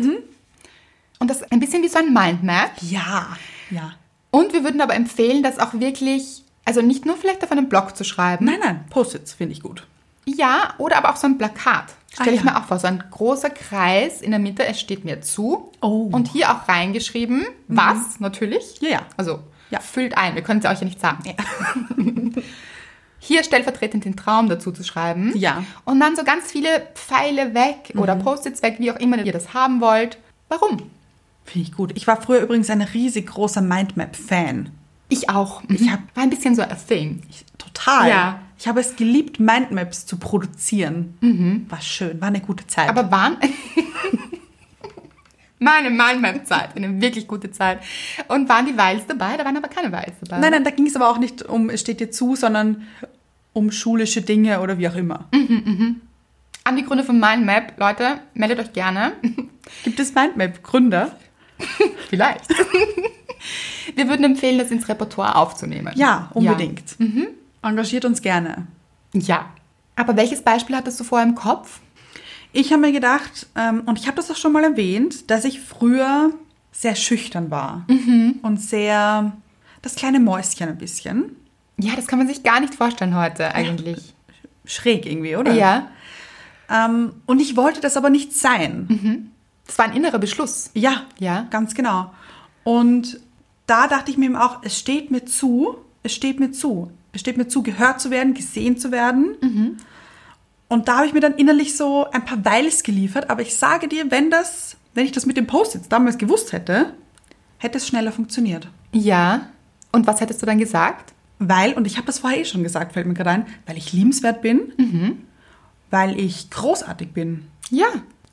Speaker 1: Und das ist ein bisschen wie so ein Mindmap.
Speaker 2: Ja. Ja.
Speaker 1: Und wir würden aber empfehlen, das auch wirklich, also nicht nur vielleicht auf einem Blog zu schreiben.
Speaker 2: Nein, nein, Post-its finde ich gut.
Speaker 1: Ja, oder aber auch so ein Plakat. Stelle
Speaker 2: Ah,
Speaker 1: ich
Speaker 2: ja.
Speaker 1: mir auch vor, so ein großer Kreis in der Mitte, es steht mir zu.
Speaker 2: Oh. Mhm.
Speaker 1: Und hier auch reingeschrieben, was natürlich.
Speaker 2: Ja, ja.
Speaker 1: Also
Speaker 2: Ja.
Speaker 1: füllt ein, wir können es ja euch ja nicht sagen. hier stellvertretend den Traum dazu zu schreiben.
Speaker 2: Ja. Mhm.
Speaker 1: Und dann so ganz viele Pfeile weg oder Post-its weg, wie auch immer ihr das haben wollt. Warum?
Speaker 2: Finde ich gut. Ich war früher übrigens ein riesig großer Mindmap-Fan.
Speaker 1: Ich auch. Ich hab, Mhm. war ein bisschen so a thing.
Speaker 2: Ich- Total.
Speaker 1: Ja.
Speaker 2: Ich habe es geliebt, Mindmaps zu produzieren. War schön, war eine gute Zeit.
Speaker 1: Mhm. Aber waren. Meine Mindmap-Zeit, eine wirklich gute Zeit. Und waren die Weils dabei? Da waren aber keine Weils dabei.
Speaker 2: nein, nein, da ging es aber auch nicht um, es steht dir zu, sondern um schulische Dinge oder wie auch immer.
Speaker 1: An die Gründe von Mindmap, Leute, meldet euch gerne.
Speaker 2: Gibt es Mindmap-Gründer?
Speaker 1: Vielleicht. Wir würden empfehlen, das ins Repertoire aufzunehmen.
Speaker 2: Ja, Mhm. unbedingt. Engagiert uns gerne.
Speaker 1: Ja. ja. Aber welches Beispiel hattest du vorher im Kopf?
Speaker 2: Ich habe mir gedacht, ähm, und ich habe das auch schon mal erwähnt, dass ich früher sehr schüchtern war und sehr das kleine Mäuschen ein bisschen.
Speaker 1: Ja, das kann man sich gar nicht vorstellen heute eigentlich.
Speaker 2: Schräg irgendwie, oder?
Speaker 1: Ja.
Speaker 2: Ähm, und ich wollte das aber nicht sein.
Speaker 1: Das war ein innerer Beschluss.
Speaker 2: Ja,
Speaker 1: Ja.
Speaker 2: ganz genau. Und da dachte ich mir eben auch, es steht mir zu, es steht mir zu, es steht mir zu, gehört zu werden, gesehen zu werden.
Speaker 1: Mhm.
Speaker 2: Und da habe ich mir dann innerlich so ein paar Weils geliefert. Aber ich sage dir, wenn das, wenn ich das mit dem Post-its damals gewusst hätte, hätte es schneller funktioniert.
Speaker 1: Ja. Und was hättest du dann gesagt?
Speaker 2: Weil, und ich habe das vorher eh schon gesagt, fällt mir gerade ein, weil ich liebenswert bin,
Speaker 1: Mhm.
Speaker 2: weil ich großartig bin.
Speaker 1: Ja,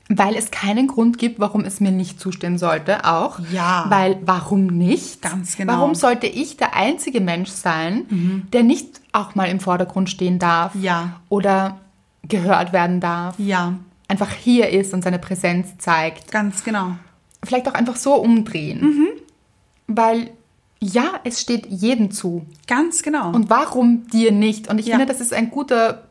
Speaker 1: weil es keinen Grund gibt, warum es mir nicht zustehen sollte, auch.
Speaker 2: Ja.
Speaker 1: Weil warum nicht?
Speaker 2: Ganz genau. Mhm.
Speaker 1: Warum sollte ich der einzige Mensch sein, der nicht auch mal im Vordergrund stehen darf?
Speaker 2: Ja.
Speaker 1: Oder gehört werden darf?
Speaker 2: Ja,
Speaker 1: Einfach hier ist und seine Präsenz zeigt.
Speaker 2: ganz genau.
Speaker 1: Vielleicht auch einfach so umdrehen.
Speaker 2: Mhm.
Speaker 1: Weil ja, es steht jedem zu.
Speaker 2: Ganz genau.
Speaker 1: Und warum dir nicht? Und ich
Speaker 2: Ja.
Speaker 1: finde, das ist ein guter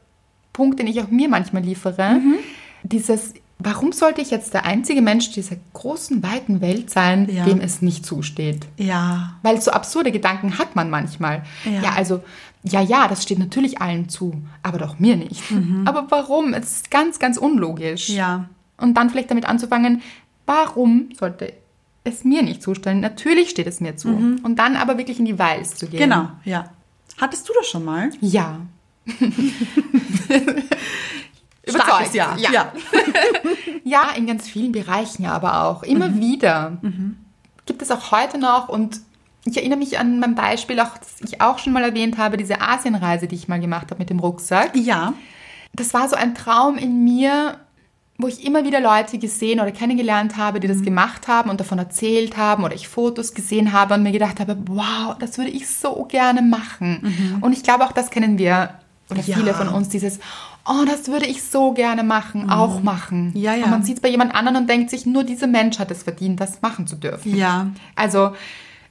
Speaker 1: Punkt, den ich auch mir manchmal liefere.
Speaker 2: Mhm.
Speaker 1: Dieses, warum sollte ich jetzt der einzige Mensch dieser großen, weiten Welt sein,
Speaker 2: Ja.
Speaker 1: dem es nicht zusteht?
Speaker 2: ja,
Speaker 1: Weil so absurde Gedanken hat man manchmal. Ja.
Speaker 2: Ja.
Speaker 1: also, ja, ja, das steht natürlich allen zu, aber doch mir nicht. Aber warum? Es ist ganz, ganz unlogisch.
Speaker 2: Mhm. ja.
Speaker 1: Und dann vielleicht damit anzufangen, warum sollte es mir nicht zustellen? Natürlich steht es mir zu. Und dann aber wirklich in die Weils zu gehen.
Speaker 2: Mhm. Genau, ja. Hattest du das schon mal?
Speaker 1: Ja.
Speaker 2: Starkes Ja.
Speaker 1: Ja. ja.
Speaker 2: ja.
Speaker 1: Ja, in
Speaker 2: Mhm.
Speaker 1: ganz vielen Bereichen aber auch. Immer wieder. Gibt es auch heute noch und ich erinnere mich an mein Beispiel, auch, das ich auch schon mal erwähnt habe, diese Asienreise, die ich mal gemacht habe mit dem Rucksack.
Speaker 2: Ja.
Speaker 1: Das war so ein Traum in mir, wo ich immer wieder Leute gesehen oder kennengelernt habe,
Speaker 2: Mhm.
Speaker 1: die das gemacht haben und davon erzählt haben oder ich Fotos gesehen habe und mir gedacht habe, wow, das würde ich so gerne machen. Und ich glaube, auch das kennen wir oder
Speaker 2: Mhm. Ja.
Speaker 1: viele von uns, dieses, oh, das würde ich so gerne machen, auch machen.
Speaker 2: Mhm. Ja, ja.
Speaker 1: Und man sieht es bei jemand anderen und denkt sich, nur dieser Mensch hat es verdient, das machen zu dürfen.
Speaker 2: Ja.
Speaker 1: Also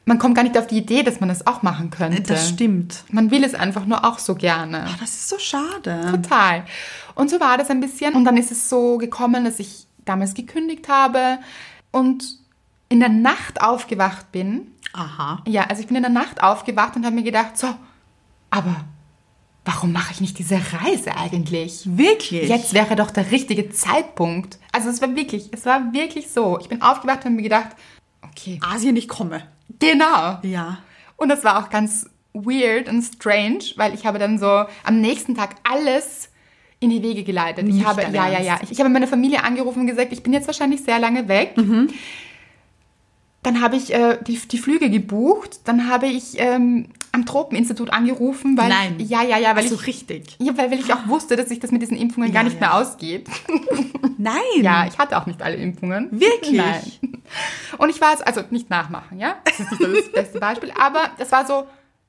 Speaker 1: man kommt gar nicht auf die Idee, dass man das auch machen könnte.
Speaker 2: Das stimmt. Ah,
Speaker 1: Man will es einfach nur auch so gerne.
Speaker 2: Das ist so schade.
Speaker 1: Total. Und so war das ein bisschen. Und dann ist es so gekommen, dass ich damals gekündigt habe und in der Nacht aufgewacht bin.
Speaker 2: Aha.
Speaker 1: Ja, also ich bin in der Nacht aufgewacht und habe mir gedacht, so, aber warum mache ich nicht diese Reise eigentlich?
Speaker 2: Wirklich?
Speaker 1: Jetzt wäre doch der richtige Zeitpunkt. Also es war wirklich, es war wirklich so. Ich bin aufgewacht und habe mir gedacht, okay,
Speaker 2: Asien, ich komme.
Speaker 1: genau.
Speaker 2: Ja.
Speaker 1: Und das war auch ganz weird und strange, weil ich habe dann so am nächsten Tag alles in die Wege geleitet. Ich
Speaker 2: Nicht
Speaker 1: habe,
Speaker 2: dein
Speaker 1: ja, ja,
Speaker 2: Ernst.
Speaker 1: ja. Ich, ich habe meine Familie angerufen und gesagt, ich bin jetzt wahrscheinlich sehr lange weg.
Speaker 2: Mhm.
Speaker 1: Dann habe ich äh, die, die Flüge gebucht. Dann habe ich ähm, am Tropeninstitut angerufen, weil
Speaker 2: Nein.
Speaker 1: Ich, ja, ja, ja, weil
Speaker 2: Also
Speaker 1: ich
Speaker 2: richtig.
Speaker 1: ja, weil weil ich auch wusste, dass sich das mit diesen Impfungen gar
Speaker 2: Ja,
Speaker 1: nicht
Speaker 2: ja.
Speaker 1: mehr ausgeht.
Speaker 2: Nein.
Speaker 1: Ja, ich hatte auch nicht alle Impfungen.
Speaker 2: Wirklich?
Speaker 1: Nein. Und ich war es, also nicht nachmachen, ja? Das ist nicht das beste Beispiel, aber das war so,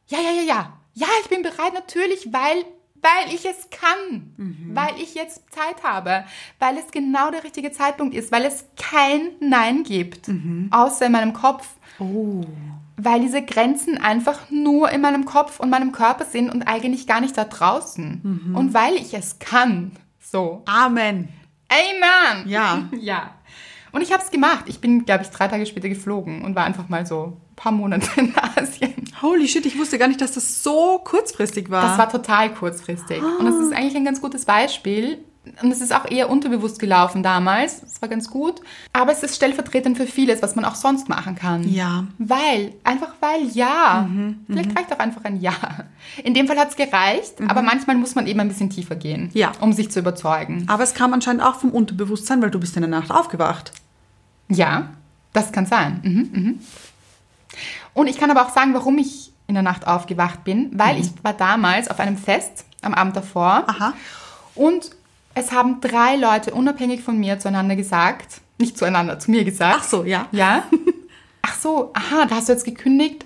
Speaker 1: ja, ja, ja, ja. Ja, ich bin bereit natürlich, weil, weil ich es kann.
Speaker 2: Mhm.
Speaker 1: Weil ich jetzt Zeit habe. Weil es genau der richtige Zeitpunkt ist. Weil es kein Nein gibt. Außer in meinem Kopf.
Speaker 2: Mhm. Oh.
Speaker 1: Weil diese Grenzen einfach nur in meinem Kopf und meinem Körper sind und eigentlich gar nicht da draußen.
Speaker 2: Mhm.
Speaker 1: Und weil ich es kann. So.
Speaker 2: Amen.
Speaker 1: Amen!
Speaker 2: Ja.
Speaker 1: Ja. Und ich habe es gemacht. Ich bin, glaube ich, drei Tage später geflogen und war einfach mal so ein paar Monate in Asien.
Speaker 2: Holy shit, ich wusste gar nicht, dass das so kurzfristig war.
Speaker 1: Das war total kurzfristig. Und das
Speaker 2: Ah.
Speaker 1: ist eigentlich ein ganz gutes Beispiel. Und es ist auch eher unterbewusst gelaufen damals. Es war ganz gut. Aber es ist stellvertretend für vieles, was man auch sonst machen kann.
Speaker 2: Ja. Mhm,
Speaker 1: Weil, einfach weil ja. Vielleicht reicht auch einfach ein Ja. In dem Fall hat es gereicht, aber manchmal muss man eben ein bisschen tiefer gehen,
Speaker 2: Mhm. Ja.
Speaker 1: um sich zu überzeugen.
Speaker 2: Aber es kam anscheinend auch vom Unterbewusstsein, weil du bist in der Nacht aufgewacht.
Speaker 1: Ja, das kann sein. Mhm, mhm. Und ich kann aber auch sagen, warum ich in der Nacht aufgewacht bin, weil ich war damals auf einem Fest am Abend davor
Speaker 2: Mhm. Aha.
Speaker 1: und es haben drei Leute unabhängig von mir zueinander gesagt, nicht zueinander, zu mir gesagt.
Speaker 2: Ach so, ja.
Speaker 1: Ja? Ach so, aha, da hast du jetzt gekündigt.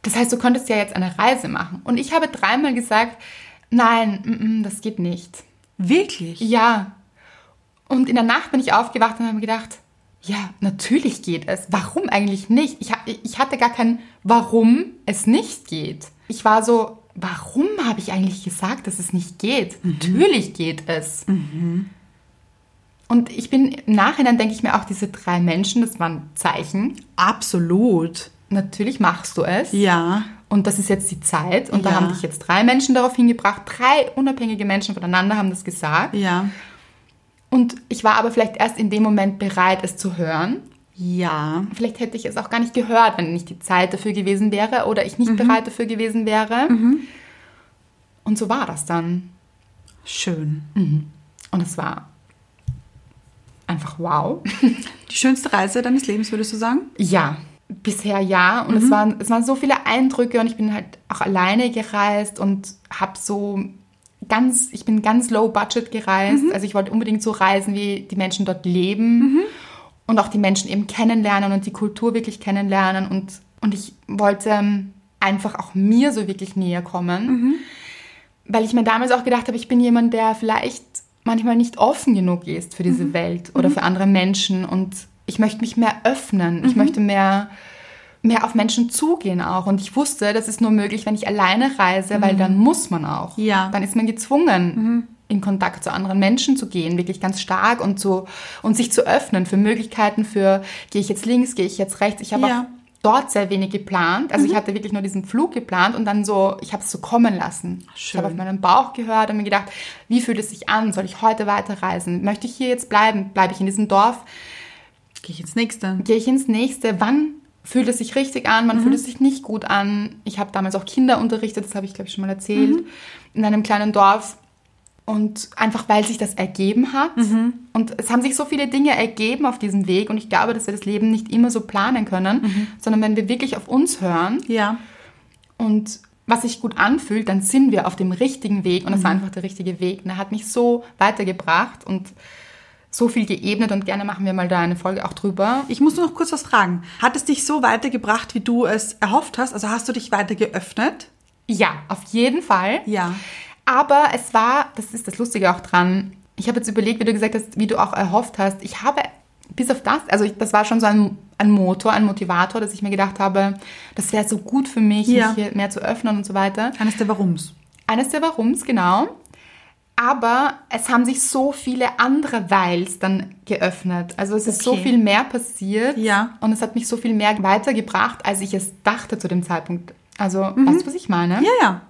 Speaker 1: Das heißt, du könntest ja jetzt eine Reise machen. Und ich habe dreimal gesagt, nein, mm, mm, das geht nicht.
Speaker 2: Wirklich?
Speaker 1: Ja. Und in der Nacht bin ich aufgewacht und habe mir gedacht, ja, natürlich geht es. Warum eigentlich nicht? Ich, ha- ich hatte gar kein Warum es nicht geht. Ich war so, warum habe ich eigentlich gesagt, dass es nicht geht?
Speaker 2: Mhm.
Speaker 1: Natürlich geht es. Und ich bin im Nachhinein, denke ich mir auch, diese drei Menschen, das waren Zeichen.
Speaker 2: Absolut.
Speaker 1: Natürlich machst du es.
Speaker 2: Ja.
Speaker 1: Und das ist jetzt die Zeit. Und da
Speaker 2: Ja.
Speaker 1: haben dich jetzt drei Menschen darauf hingebracht. Drei unabhängige Menschen voneinander haben das gesagt.
Speaker 2: Ja.
Speaker 1: Und ich war aber vielleicht erst in dem Moment bereit, es zu hören.
Speaker 2: Ja.
Speaker 1: Vielleicht hätte ich es auch gar nicht gehört, wenn nicht die Zeit dafür gewesen wäre oder ich nicht bereit dafür gewesen wäre. Und so war das dann.
Speaker 2: Schön.
Speaker 1: Und es war einfach wow.
Speaker 2: Die schönste Reise deines Lebens, würdest du sagen?
Speaker 1: Ja, bisher ja. Und es, waren, es waren so viele Eindrücke und ich bin halt auch alleine gereist und habe so ganz, ich bin ganz low budget gereist. Also ich wollte unbedingt so reisen, wie die Menschen dort leben und auch die Menschen eben kennenlernen und die Kultur wirklich kennenlernen. Und, und ich wollte ähm, einfach auch mir so wirklich näher kommen weil ich mir damals auch gedacht habe, ich bin jemand, der vielleicht manchmal nicht offen genug ist für diese Welt oder für andere Menschen und ich möchte mich mehr öffnen, ich möchte mehr mehr auf Menschen zugehen auch und ich wusste, das ist nur möglich, wenn ich alleine reise, weil dann muss man auch.
Speaker 2: Ja.
Speaker 1: Dann ist man gezwungen
Speaker 2: Mhm.
Speaker 1: in Kontakt zu anderen Menschen zu gehen, wirklich ganz stark und zu und sich zu öffnen für Möglichkeiten für gehe ich jetzt links, gehe ich jetzt rechts. Ich habe
Speaker 2: Ja. Mhm.
Speaker 1: auch dort sehr wenig geplant. Also ich hatte wirklich nur diesen Flug geplant und dann so, ich habe es so kommen lassen. Ich
Speaker 2: Schön.
Speaker 1: habe auf meinen Bauch gehört und mir gedacht, wie fühlt es sich an? Soll ich heute weiterreisen? Möchte ich hier jetzt bleiben? Bleibe ich in diesem Dorf?
Speaker 2: Gehe ich ins nächste.
Speaker 1: Gehe ich ins nächste? Wann fühlt es sich richtig an? Wann fühlt es sich nicht gut an? Ich habe damals auch Kinder unterrichtet, das habe ich glaube ich schon mal erzählt, in einem kleinen Dorf. Und einfach weil sich das ergeben hat. Und es haben sich so viele Dinge ergeben auf diesem Weg. Und ich glaube, dass wir das Leben nicht immer so planen können, sondern wenn wir wirklich auf uns hören
Speaker 2: Ja.
Speaker 1: und was sich gut anfühlt, dann sind wir auf dem richtigen Weg. Und das war einfach der richtige Weg. Und er hat mich so weitergebracht und so viel geebnet. Und gerne machen wir mal da eine Folge auch drüber.
Speaker 2: Ich muss nur noch kurz was fragen. Hat es dich so weitergebracht, wie du es erhofft hast? Also hast du dich weiter geöffnet?
Speaker 1: Ja, auf jeden Fall.
Speaker 2: Ja.
Speaker 1: Aber es war, das ist das Lustige auch dran, ich habe jetzt überlegt, wie du gesagt hast, wie du auch erhofft hast. Ich habe bis auf das, also ich, das war schon so ein, ein Motor, ein Motivator, dass ich mir gedacht habe, das wäre so gut für mich,
Speaker 2: Ja.
Speaker 1: mich hier mehr zu öffnen und so weiter.
Speaker 2: Eines der Warums.
Speaker 1: Eines der Warums, genau. Aber es haben sich so viele andere Weils dann geöffnet. Also es ist so
Speaker 2: Okay.
Speaker 1: viel mehr passiert.
Speaker 2: Ja.
Speaker 1: Und es hat mich so viel mehr weitergebracht, als ich es dachte zu dem Zeitpunkt. Also,
Speaker 2: Mhm.
Speaker 1: weißt du, was ich meine?
Speaker 2: Ja, ja.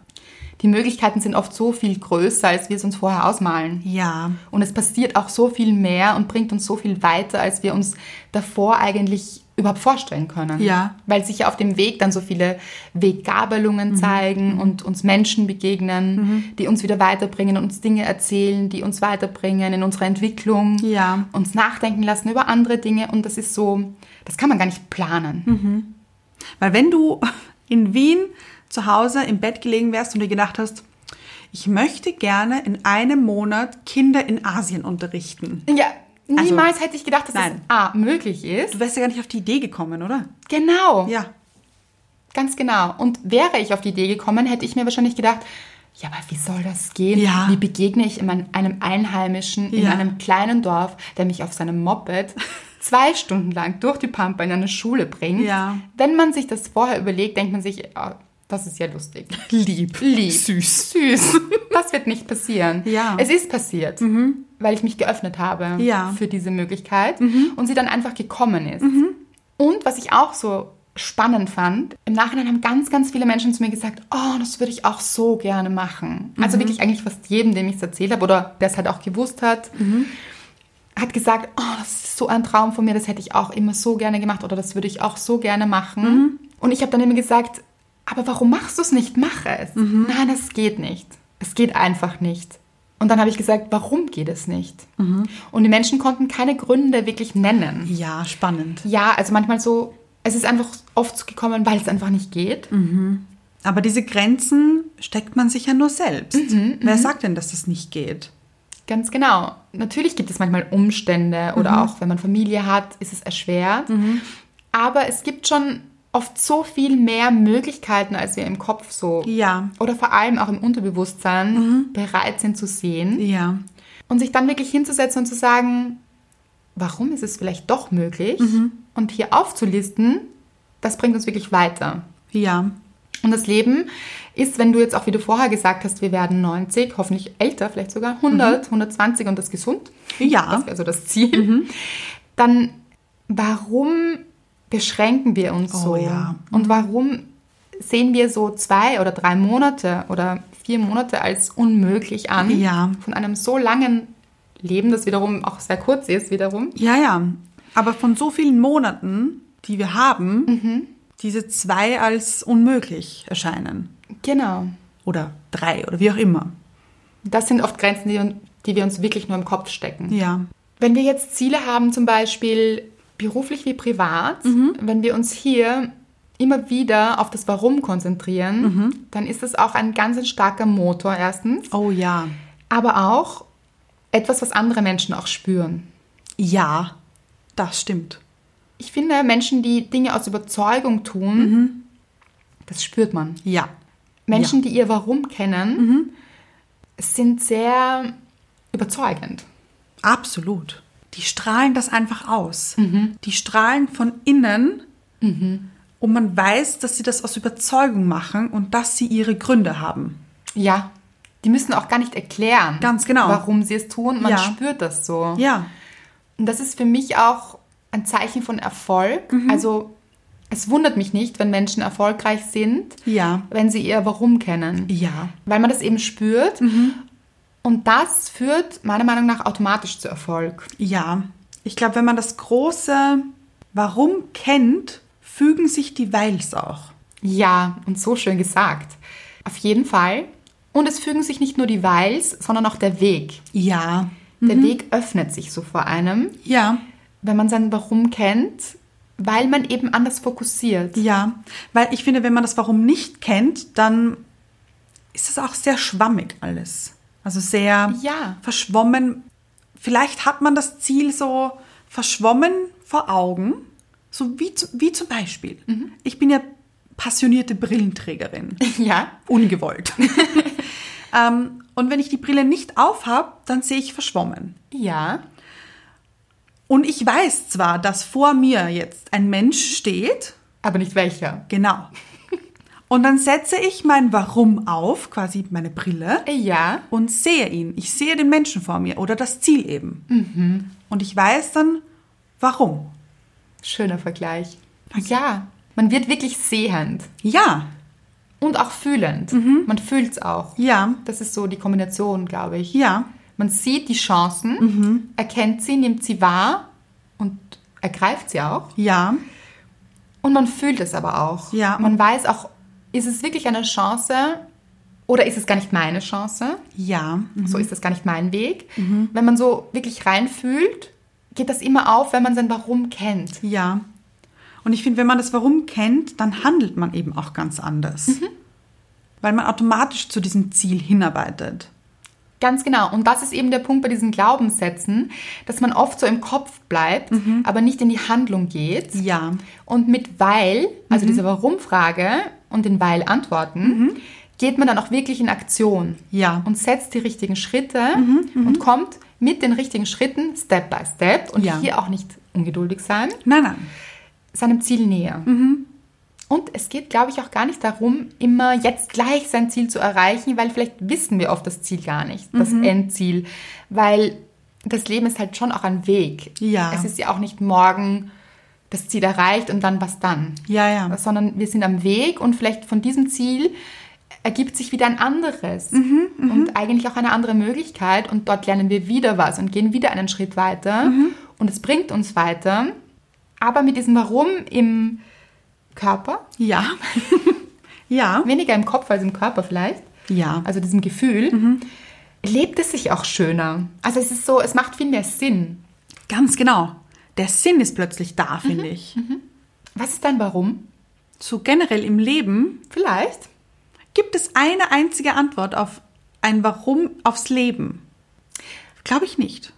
Speaker 1: Die Möglichkeiten sind oft so viel größer, als wir es uns vorher ausmalen.
Speaker 2: Ja.
Speaker 1: Und es passiert auch so viel mehr und bringt uns so viel weiter, als wir uns davor eigentlich überhaupt vorstellen können.
Speaker 2: Ja. Mhm.
Speaker 1: Weil sich ja auf dem Weg dann so viele Weggabelungen zeigen und uns Menschen begegnen, die uns wieder weiterbringen und uns Dinge erzählen, die uns weiterbringen in unserer Entwicklung,
Speaker 2: Ja.
Speaker 1: uns nachdenken lassen über andere Dinge. Und das ist so, das kann man gar nicht planen.
Speaker 2: Mhm. Weil wenn du in Wien zu Hause im Bett gelegen wärst und dir gedacht hast, ich möchte gerne in einem Monat Kinder in Asien unterrichten.
Speaker 1: Ja,
Speaker 2: Also-
Speaker 1: niemals hätte ich gedacht, dass
Speaker 2: Nein.
Speaker 1: das A, möglich ist.
Speaker 2: Du wärst ja gar nicht auf die Idee gekommen, oder?
Speaker 1: Genau.
Speaker 2: Ja.
Speaker 1: Ganz genau. Und wäre ich auf die Idee gekommen, hätte ich mir wahrscheinlich gedacht, ja, aber wie soll das gehen?
Speaker 2: Ja.
Speaker 1: Wie begegne ich einem- einem Einheimischen in
Speaker 2: Ja.
Speaker 1: einem kleinen Dorf, der mich auf seinem Moped zwei Stunden lang durch die Pampa in eine Schule bringt?
Speaker 2: Ja.
Speaker 1: Wenn man sich das vorher überlegt, denkt man sich, ah, das ist ja lustig.
Speaker 2: Lieb.
Speaker 1: Lieb.
Speaker 2: Süß.
Speaker 1: Süß. Das wird nicht passieren.
Speaker 2: Ja. Mhm.
Speaker 1: Es ist passiert, weil ich mich geöffnet habe
Speaker 2: Ja.
Speaker 1: für diese Möglichkeit und sie dann einfach gekommen ist. Und was ich auch so spannend fand, im Nachhinein haben ganz, ganz viele Menschen zu mir gesagt, oh, das würde ich auch so gerne machen. Also wirklich eigentlich fast jedem, dem ich es erzählt habe oder der es halt auch gewusst hat, hat gesagt, oh, das ist so ein Traum von mir, das hätte ich auch immer so gerne gemacht oder das würde ich auch so gerne machen. Und ich habe dann immer gesagt, aber warum machst du es nicht? Mach es. Nein, es geht nicht. Es geht einfach nicht. Und dann habe ich gesagt, warum geht es nicht? Und die Menschen konnten keine Gründe wirklich nennen.
Speaker 2: Ja, spannend.
Speaker 1: Ja, also manchmal so, es ist einfach oft so gekommen, weil es einfach nicht geht.
Speaker 2: Aber diese Grenzen steckt man sich ja nur selbst. Wer sagt denn, dass das nicht geht?
Speaker 1: Ganz genau. Natürlich gibt es manchmal Umstände
Speaker 2: Mhm.
Speaker 1: oder auch wenn man Familie hat, ist es erschwert. Aber es gibt schon oft so viel mehr Möglichkeiten, als wir im Kopf so
Speaker 2: Ja. Mhm.
Speaker 1: oder vor allem auch im Unterbewusstsein bereit sind zu sehen.
Speaker 2: Ja.
Speaker 1: Und sich dann wirklich hinzusetzen und zu sagen, warum ist es vielleicht doch möglich?
Speaker 2: Mhm.
Speaker 1: Und hier aufzulisten, das bringt uns wirklich weiter.
Speaker 2: Ja.
Speaker 1: Und das Leben ist, wenn du jetzt auch, wie du vorher gesagt hast, wir werden 90, hoffentlich älter, vielleicht sogar
Speaker 2: Mhm.
Speaker 1: 100, 120 und das gesund. Das
Speaker 2: Ja. Mhm.
Speaker 1: wäre so das Ziel. Dann, warum beschränken wir uns so?
Speaker 2: Oh ja.
Speaker 1: Und warum sehen wir so zwei oder drei Monate oder vier Monate als unmöglich an?
Speaker 2: Ja.
Speaker 1: Von einem so langen Leben, das wiederum auch sehr kurz ist, wiederum.
Speaker 2: Ja, ja. Aber von so vielen Monaten, die wir haben, diese zwei als unmöglich erscheinen.
Speaker 1: Genau.
Speaker 2: Oder drei oder wie auch immer.
Speaker 1: Das sind oft Grenzen, die, die wir uns wirklich nur im Kopf stecken.
Speaker 2: Ja.
Speaker 1: Wenn wir jetzt Ziele haben, zum Beispiel beruflich wie privat,
Speaker 2: Mhm.
Speaker 1: wenn wir uns hier immer wieder auf das Warum konzentrieren,
Speaker 2: Mhm.
Speaker 1: dann ist es auch ein ganz starker Motor erstens,
Speaker 2: Oh ja.
Speaker 1: aber auch etwas, was andere Menschen auch spüren.
Speaker 2: Ja. Das stimmt.
Speaker 1: Ich finde, Menschen, die Dinge aus Überzeugung tun, das spürt man.
Speaker 2: Mhm. Ja. Mhm.
Speaker 1: Menschen, die ihr Warum kennen, sind sehr überzeugend.
Speaker 2: Absolut. Die strahlen das einfach aus. Die strahlen von innen Mhm. und man weiß, dass sie das aus Überzeugung machen und dass sie ihre Gründe haben.
Speaker 1: Ja. Die müssen auch gar nicht erklären,
Speaker 2: Ganz genau.
Speaker 1: warum sie es tun. Man
Speaker 2: Ja.
Speaker 1: spürt das so.
Speaker 2: Ja.
Speaker 1: Und das ist für mich auch ein Zeichen von Erfolg.
Speaker 2: Mhm.
Speaker 1: Also es wundert mich nicht, wenn Menschen erfolgreich sind,
Speaker 2: Ja.
Speaker 1: wenn sie ihr Warum kennen.
Speaker 2: Ja. Mhm.
Speaker 1: Weil man das eben spürt. Und das führt meiner Meinung nach automatisch zu Erfolg.
Speaker 2: Ja. Ich glaube, wenn man das große Warum kennt, fügen sich die Weils auch.
Speaker 1: Ja, und so schön gesagt. Auf jeden Fall. Und es fügen sich nicht nur die Weils, sondern auch der Weg.
Speaker 2: Ja.
Speaker 1: Der
Speaker 2: Mhm.
Speaker 1: Weg öffnet sich so vor einem,
Speaker 2: Ja.
Speaker 1: wenn man sein Warum kennt, weil man eben anders fokussiert.
Speaker 2: Ja, weil ich finde, wenn man das Warum nicht kennt, dann ist es auch sehr schwammig alles. Also sehr
Speaker 1: Ja.
Speaker 2: verschwommen. Vielleicht hat man das Ziel so verschwommen vor Augen, so wie, zu- wie zum Beispiel. Ich bin ja passionierte Brillenträgerin,
Speaker 1: Ja.
Speaker 2: ungewollt. ähm, und wenn ich die Brille nicht aufhab, dann sehe ich verschwommen.
Speaker 1: Ja.
Speaker 2: Und ich weiß zwar, dass vor mir jetzt ein Mensch steht,
Speaker 1: Aber nicht welcher.
Speaker 2: Genau. Und dann setze ich mein Warum auf, quasi meine Brille,
Speaker 1: Ja.
Speaker 2: und sehe ihn. Ich sehe den Menschen vor mir oder das Ziel eben. Und ich weiß dann, warum.
Speaker 1: Schöner Vergleich. Ja. Man wird wirklich sehend
Speaker 2: Ja,
Speaker 1: und auch fühlend. Man fühlt's auch.
Speaker 2: Mhm. ja,
Speaker 1: Das ist so die Kombination, glaube ich.
Speaker 2: ja, Mhm.
Speaker 1: Man sieht die Chancen, erkennt sie, nimmt sie wahr und ergreift sie auch.
Speaker 2: ja,
Speaker 1: Und man fühlt es aber auch.
Speaker 2: Ja.
Speaker 1: Man weiß auch, ist es wirklich eine Chance oder ist es gar nicht meine Chance?
Speaker 2: ja.
Speaker 1: So ist das gar nicht mein Weg.
Speaker 2: Mhm.
Speaker 1: Wenn man so wirklich reinfühlt, geht das immer auf, wenn man sein Warum kennt.
Speaker 2: Ja. Und ich finde, wenn man das Warum kennt, dann handelt man eben auch ganz anders. Weil man automatisch zu diesem Ziel hinarbeitet.
Speaker 1: Ganz genau. Und das ist eben der Punkt bei diesen Glaubenssätzen, dass man oft so im Kopf bleibt, aber nicht in die Handlung geht.
Speaker 2: Mhm. Ja. Mhm.
Speaker 1: Und mit Weil, also dieser Warum-Frage und den Weil-Antworten, geht man dann auch wirklich in Aktion.
Speaker 2: Ja. Mhm.
Speaker 1: Und setzt die richtigen Schritte und kommt mit den richtigen Schritten Step by Step und
Speaker 2: Ja.
Speaker 1: hier auch nicht ungeduldig sein,
Speaker 2: Nein, nein.
Speaker 1: seinem Ziel näher. Und es geht, glaube ich, auch gar nicht darum, immer jetzt gleich sein Ziel zu erreichen, weil vielleicht wissen wir oft das Ziel gar nicht, das Endziel. Weil das Leben ist halt schon auch ein Weg.
Speaker 2: Ja.
Speaker 1: Es ist ja auch nicht morgen das Ziel erreicht und dann was dann.
Speaker 2: Ja, ja.
Speaker 1: Sondern wir sind am Weg und vielleicht von diesem Ziel ergibt sich wieder ein anderes und eigentlich auch eine andere Möglichkeit und dort lernen wir wieder was und gehen wieder einen Schritt weiter und es bringt uns weiter. Aber mit diesem Warum im Körper,
Speaker 2: Ja. ja.
Speaker 1: weniger im Kopf als im Körper vielleicht,
Speaker 2: Ja.
Speaker 1: also diesem Gefühl, lebt es sich auch schöner. Also es ist so, es macht viel mehr Sinn.
Speaker 2: Ganz genau. Der Sinn ist plötzlich da, finde ich.
Speaker 1: Was ist dein Warum?
Speaker 2: So generell im Leben
Speaker 1: Vielleicht.
Speaker 2: gibt es eine einzige Antwort auf ein Warum aufs Leben. Glaube ich nicht.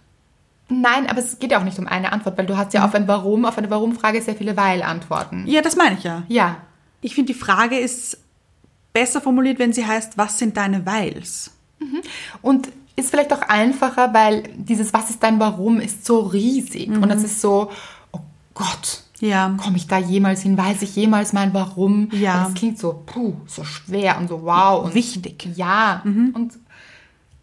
Speaker 1: Nein, aber es geht ja auch nicht um eine Antwort, weil du hast ja auf ein Warum, auf eine Warum-Frage sehr viele Weil-Antworten.
Speaker 2: Ja, das meine ich ja.
Speaker 1: Ja,
Speaker 2: Ich finde, die Frage ist besser formuliert, wenn sie heißt, was sind deine Weils?
Speaker 1: Und ist vielleicht auch einfacher, weil dieses Was ist dein Warum ist so riesig. Und das ist so, oh Gott,
Speaker 2: Mhm. Ja.
Speaker 1: komme ich da jemals hin? Weiß ich jemals mein Warum?
Speaker 2: Ja.
Speaker 1: Und Das klingt so, puh, so schwer und so wow. Und
Speaker 2: Wichtig. Mhm.
Speaker 1: Ja. Und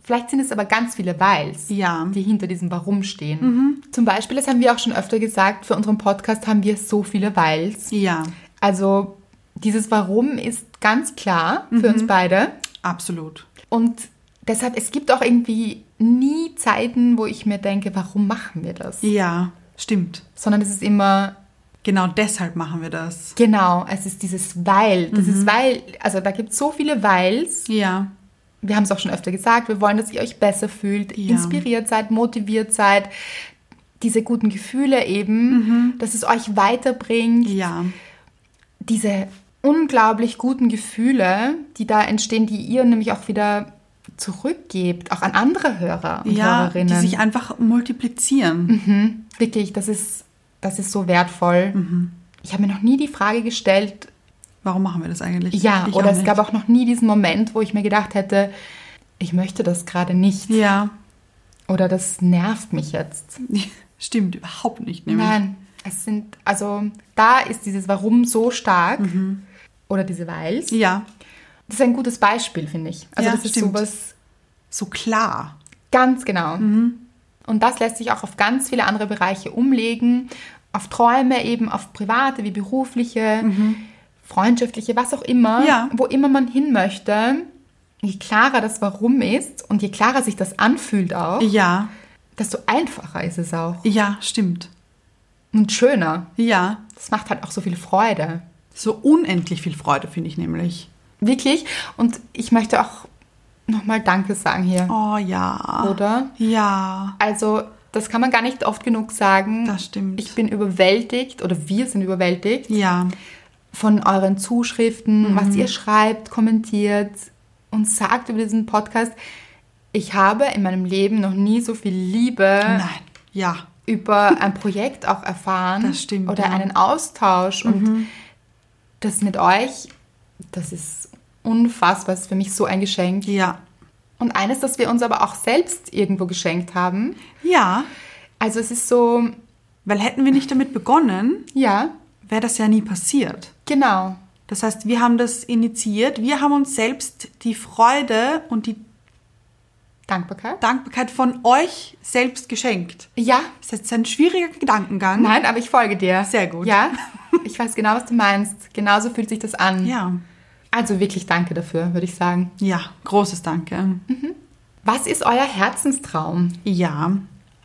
Speaker 1: vielleicht sind es aber ganz viele Weils,
Speaker 2: Ja. Mhm.
Speaker 1: die hinter diesem Warum stehen. Zum Beispiel, das haben wir auch schon öfter gesagt, für unseren Podcast haben wir so viele Weils.
Speaker 2: Ja,
Speaker 1: Also dieses Warum ist ganz klar für uns beide.
Speaker 2: absolut.
Speaker 1: Und deshalb, es gibt auch irgendwie nie Zeiten, wo ich mir denke, warum machen wir das?
Speaker 2: Ja, stimmt.
Speaker 1: Sondern es ist immer,
Speaker 2: Genau deshalb machen wir das.
Speaker 1: genau, es ist dieses Weil. Das ist Weil, also da gibt es so viele Weils.
Speaker 2: Ja.
Speaker 1: Wir haben es auch schon öfter gesagt, wir wollen, dass ihr euch besser fühlt,
Speaker 2: Ja.
Speaker 1: inspiriert seid, motiviert seid, diese guten Gefühle eben, dass es euch weiterbringt.
Speaker 2: Ja.
Speaker 1: diese unglaublich guten Gefühle, die da entstehen, die ihr nämlich auch wieder zurückgebt, auch an andere Hörer und
Speaker 2: Ja,
Speaker 1: Hörerinnen.
Speaker 2: die sich einfach multiplizieren.
Speaker 1: Wirklich, das ist, das ist so wertvoll.
Speaker 2: Mhm.
Speaker 1: Ich habe mir noch nie die Frage gestellt,
Speaker 2: Warum machen wir das eigentlich?
Speaker 1: ja,
Speaker 2: Ich auch
Speaker 1: oder es
Speaker 2: nicht.
Speaker 1: gab auch noch nie diesen Moment, wo ich mir gedacht hätte, ich möchte das gerade nicht
Speaker 2: Ja.
Speaker 1: oder das nervt mich jetzt.
Speaker 2: Stimmt, überhaupt nicht. Nämlich.
Speaker 1: Nein, es sind, also da ist dieses Warum so stark oder diese Weils.
Speaker 2: Mhm. Ja,
Speaker 1: Das ist ein gutes Beispiel, finde ich. Also
Speaker 2: Ja,
Speaker 1: das ist
Speaker 2: stimmt.
Speaker 1: sowas,
Speaker 2: so klar.
Speaker 1: Ganz genau.
Speaker 2: Mhm.
Speaker 1: Und das lässt sich auch auf ganz viele andere Bereiche umlegen, auf Träume eben, auf private wie berufliche, freundschaftliche, was auch immer,
Speaker 2: Mhm. Ja.
Speaker 1: wo immer man hin möchte. Je klarer das Warum ist und je klarer sich das anfühlt auch,
Speaker 2: Ja,
Speaker 1: desto einfacher ist es auch
Speaker 2: ja, stimmt.
Speaker 1: und schöner.
Speaker 2: Ja,
Speaker 1: Das macht halt auch so viel Freude.
Speaker 2: so unendlich viel Freude finde ich nämlich.
Speaker 1: Wirklich. Und ich möchte auch nochmal Danke sagen hier,
Speaker 2: Oh ja.
Speaker 1: oder?
Speaker 2: Ja,
Speaker 1: Also, das kann man gar nicht oft genug sagen.
Speaker 2: Das stimmt.
Speaker 1: Ich bin überwältigt oder wir sind überwältigt
Speaker 2: ja.
Speaker 1: von euren
Speaker 2: Mhm.
Speaker 1: Zuschriften, was ihr schreibt, kommentiert und sagt über diesen Podcast. Ich habe in meinem Leben noch nie so viel Liebe
Speaker 2: Nein. Ja.
Speaker 1: über ein Projekt auch erfahren
Speaker 2: Das stimmt,
Speaker 1: oder
Speaker 2: ja. Mhm.
Speaker 1: einen Austausch und das mit euch, das ist unfassbar, ist für mich so ein Geschenk.
Speaker 2: Ja.
Speaker 1: Und eines, das wir uns aber auch selbst irgendwo geschenkt haben.
Speaker 2: Ja.
Speaker 1: Also es ist so,
Speaker 2: Weil hätten wir nicht damit begonnen,
Speaker 1: ja,
Speaker 2: wäre das ja nie passiert.
Speaker 1: genau.
Speaker 2: Das heißt, wir haben das initiiert, wir haben uns selbst die Freude und die
Speaker 1: Dankbarkeit?
Speaker 2: Dankbarkeit von euch selbst geschenkt.
Speaker 1: Ja.
Speaker 2: Das ist jetzt ein schwieriger Gedankengang.
Speaker 1: Nein, aber ich folge dir.
Speaker 2: Sehr gut.
Speaker 1: Ja, ich weiß genau, was du meinst. Genauso fühlt sich das an.
Speaker 2: Ja.
Speaker 1: Also wirklich danke dafür, würde ich sagen.
Speaker 2: Ja, großes Danke.
Speaker 1: Was ist euer Herzenstraum?
Speaker 2: Ja.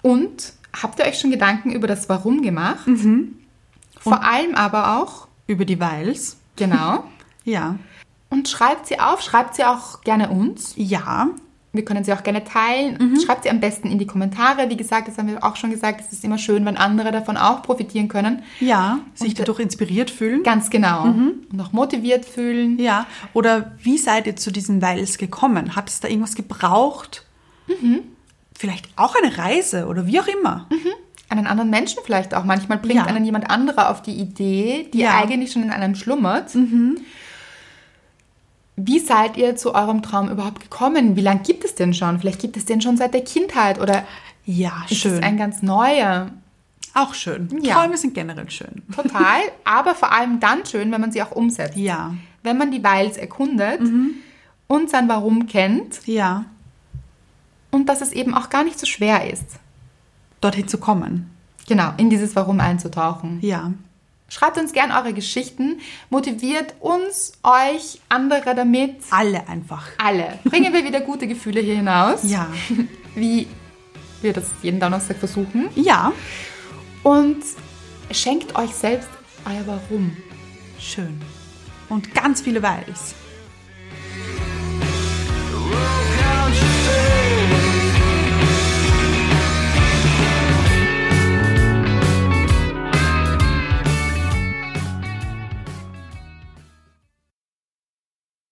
Speaker 1: Und habt ihr euch schon Gedanken über das Warum gemacht? Vor allem aber auch,
Speaker 2: Über die Weils.
Speaker 1: genau.
Speaker 2: Ja.
Speaker 1: Und schreibt sie auf, schreibt sie auch gerne uns.
Speaker 2: Ja.
Speaker 1: Wir können sie auch gerne teilen. Schreibt sie am besten in die Kommentare. Wie gesagt, das haben wir auch schon gesagt, es ist immer schön, wenn andere davon auch profitieren können.
Speaker 2: Ja. Sich
Speaker 1: Und- äh,
Speaker 2: dadurch inspiriert fühlen.
Speaker 1: Ganz genau. Und auch motiviert fühlen.
Speaker 2: Ja, oder wie seid ihr zu diesen Weils gekommen? Hat es da irgendwas gebraucht?
Speaker 1: Mhm.
Speaker 2: Vielleicht auch eine Reise oder wie auch immer.
Speaker 1: Einen anderen Menschen vielleicht auch. Manchmal bringt
Speaker 2: Ja.
Speaker 1: einen jemand anderer auf die Idee, die
Speaker 2: Ja. Mhm.
Speaker 1: eigentlich schon in einem schlummert. Wie seid ihr zu eurem Traum überhaupt gekommen? Wie lange gibt es den schon? Vielleicht gibt es den schon seit der Kindheit oder
Speaker 2: Ja,
Speaker 1: ist es
Speaker 2: schön.
Speaker 1: ein ganz neuer?
Speaker 2: auch schön.
Speaker 1: Ja.
Speaker 2: Träume sind generell schön.
Speaker 1: Total, aber vor allem dann schön, wenn man sie auch umsetzt.
Speaker 2: Ja, Mhm.
Speaker 1: Wenn man die Weils erkundet und sein Warum kennt
Speaker 2: ja.
Speaker 1: und dass es eben auch gar nicht so schwer ist.
Speaker 2: Dorthin zu kommen.
Speaker 1: Genau, in dieses Warum einzutauchen.
Speaker 2: Ja,
Speaker 1: Schreibt uns gern eure Geschichten, motiviert uns, euch, andere damit.
Speaker 2: alle einfach.
Speaker 1: Alle. Bringen wir wieder gute Gefühle hier hinaus.
Speaker 2: Ja,
Speaker 1: Wie wir das jeden Donnerstag versuchen.
Speaker 2: ja,
Speaker 1: Und schenkt euch selbst euer Warum.
Speaker 2: schön. Und ganz viele Weils.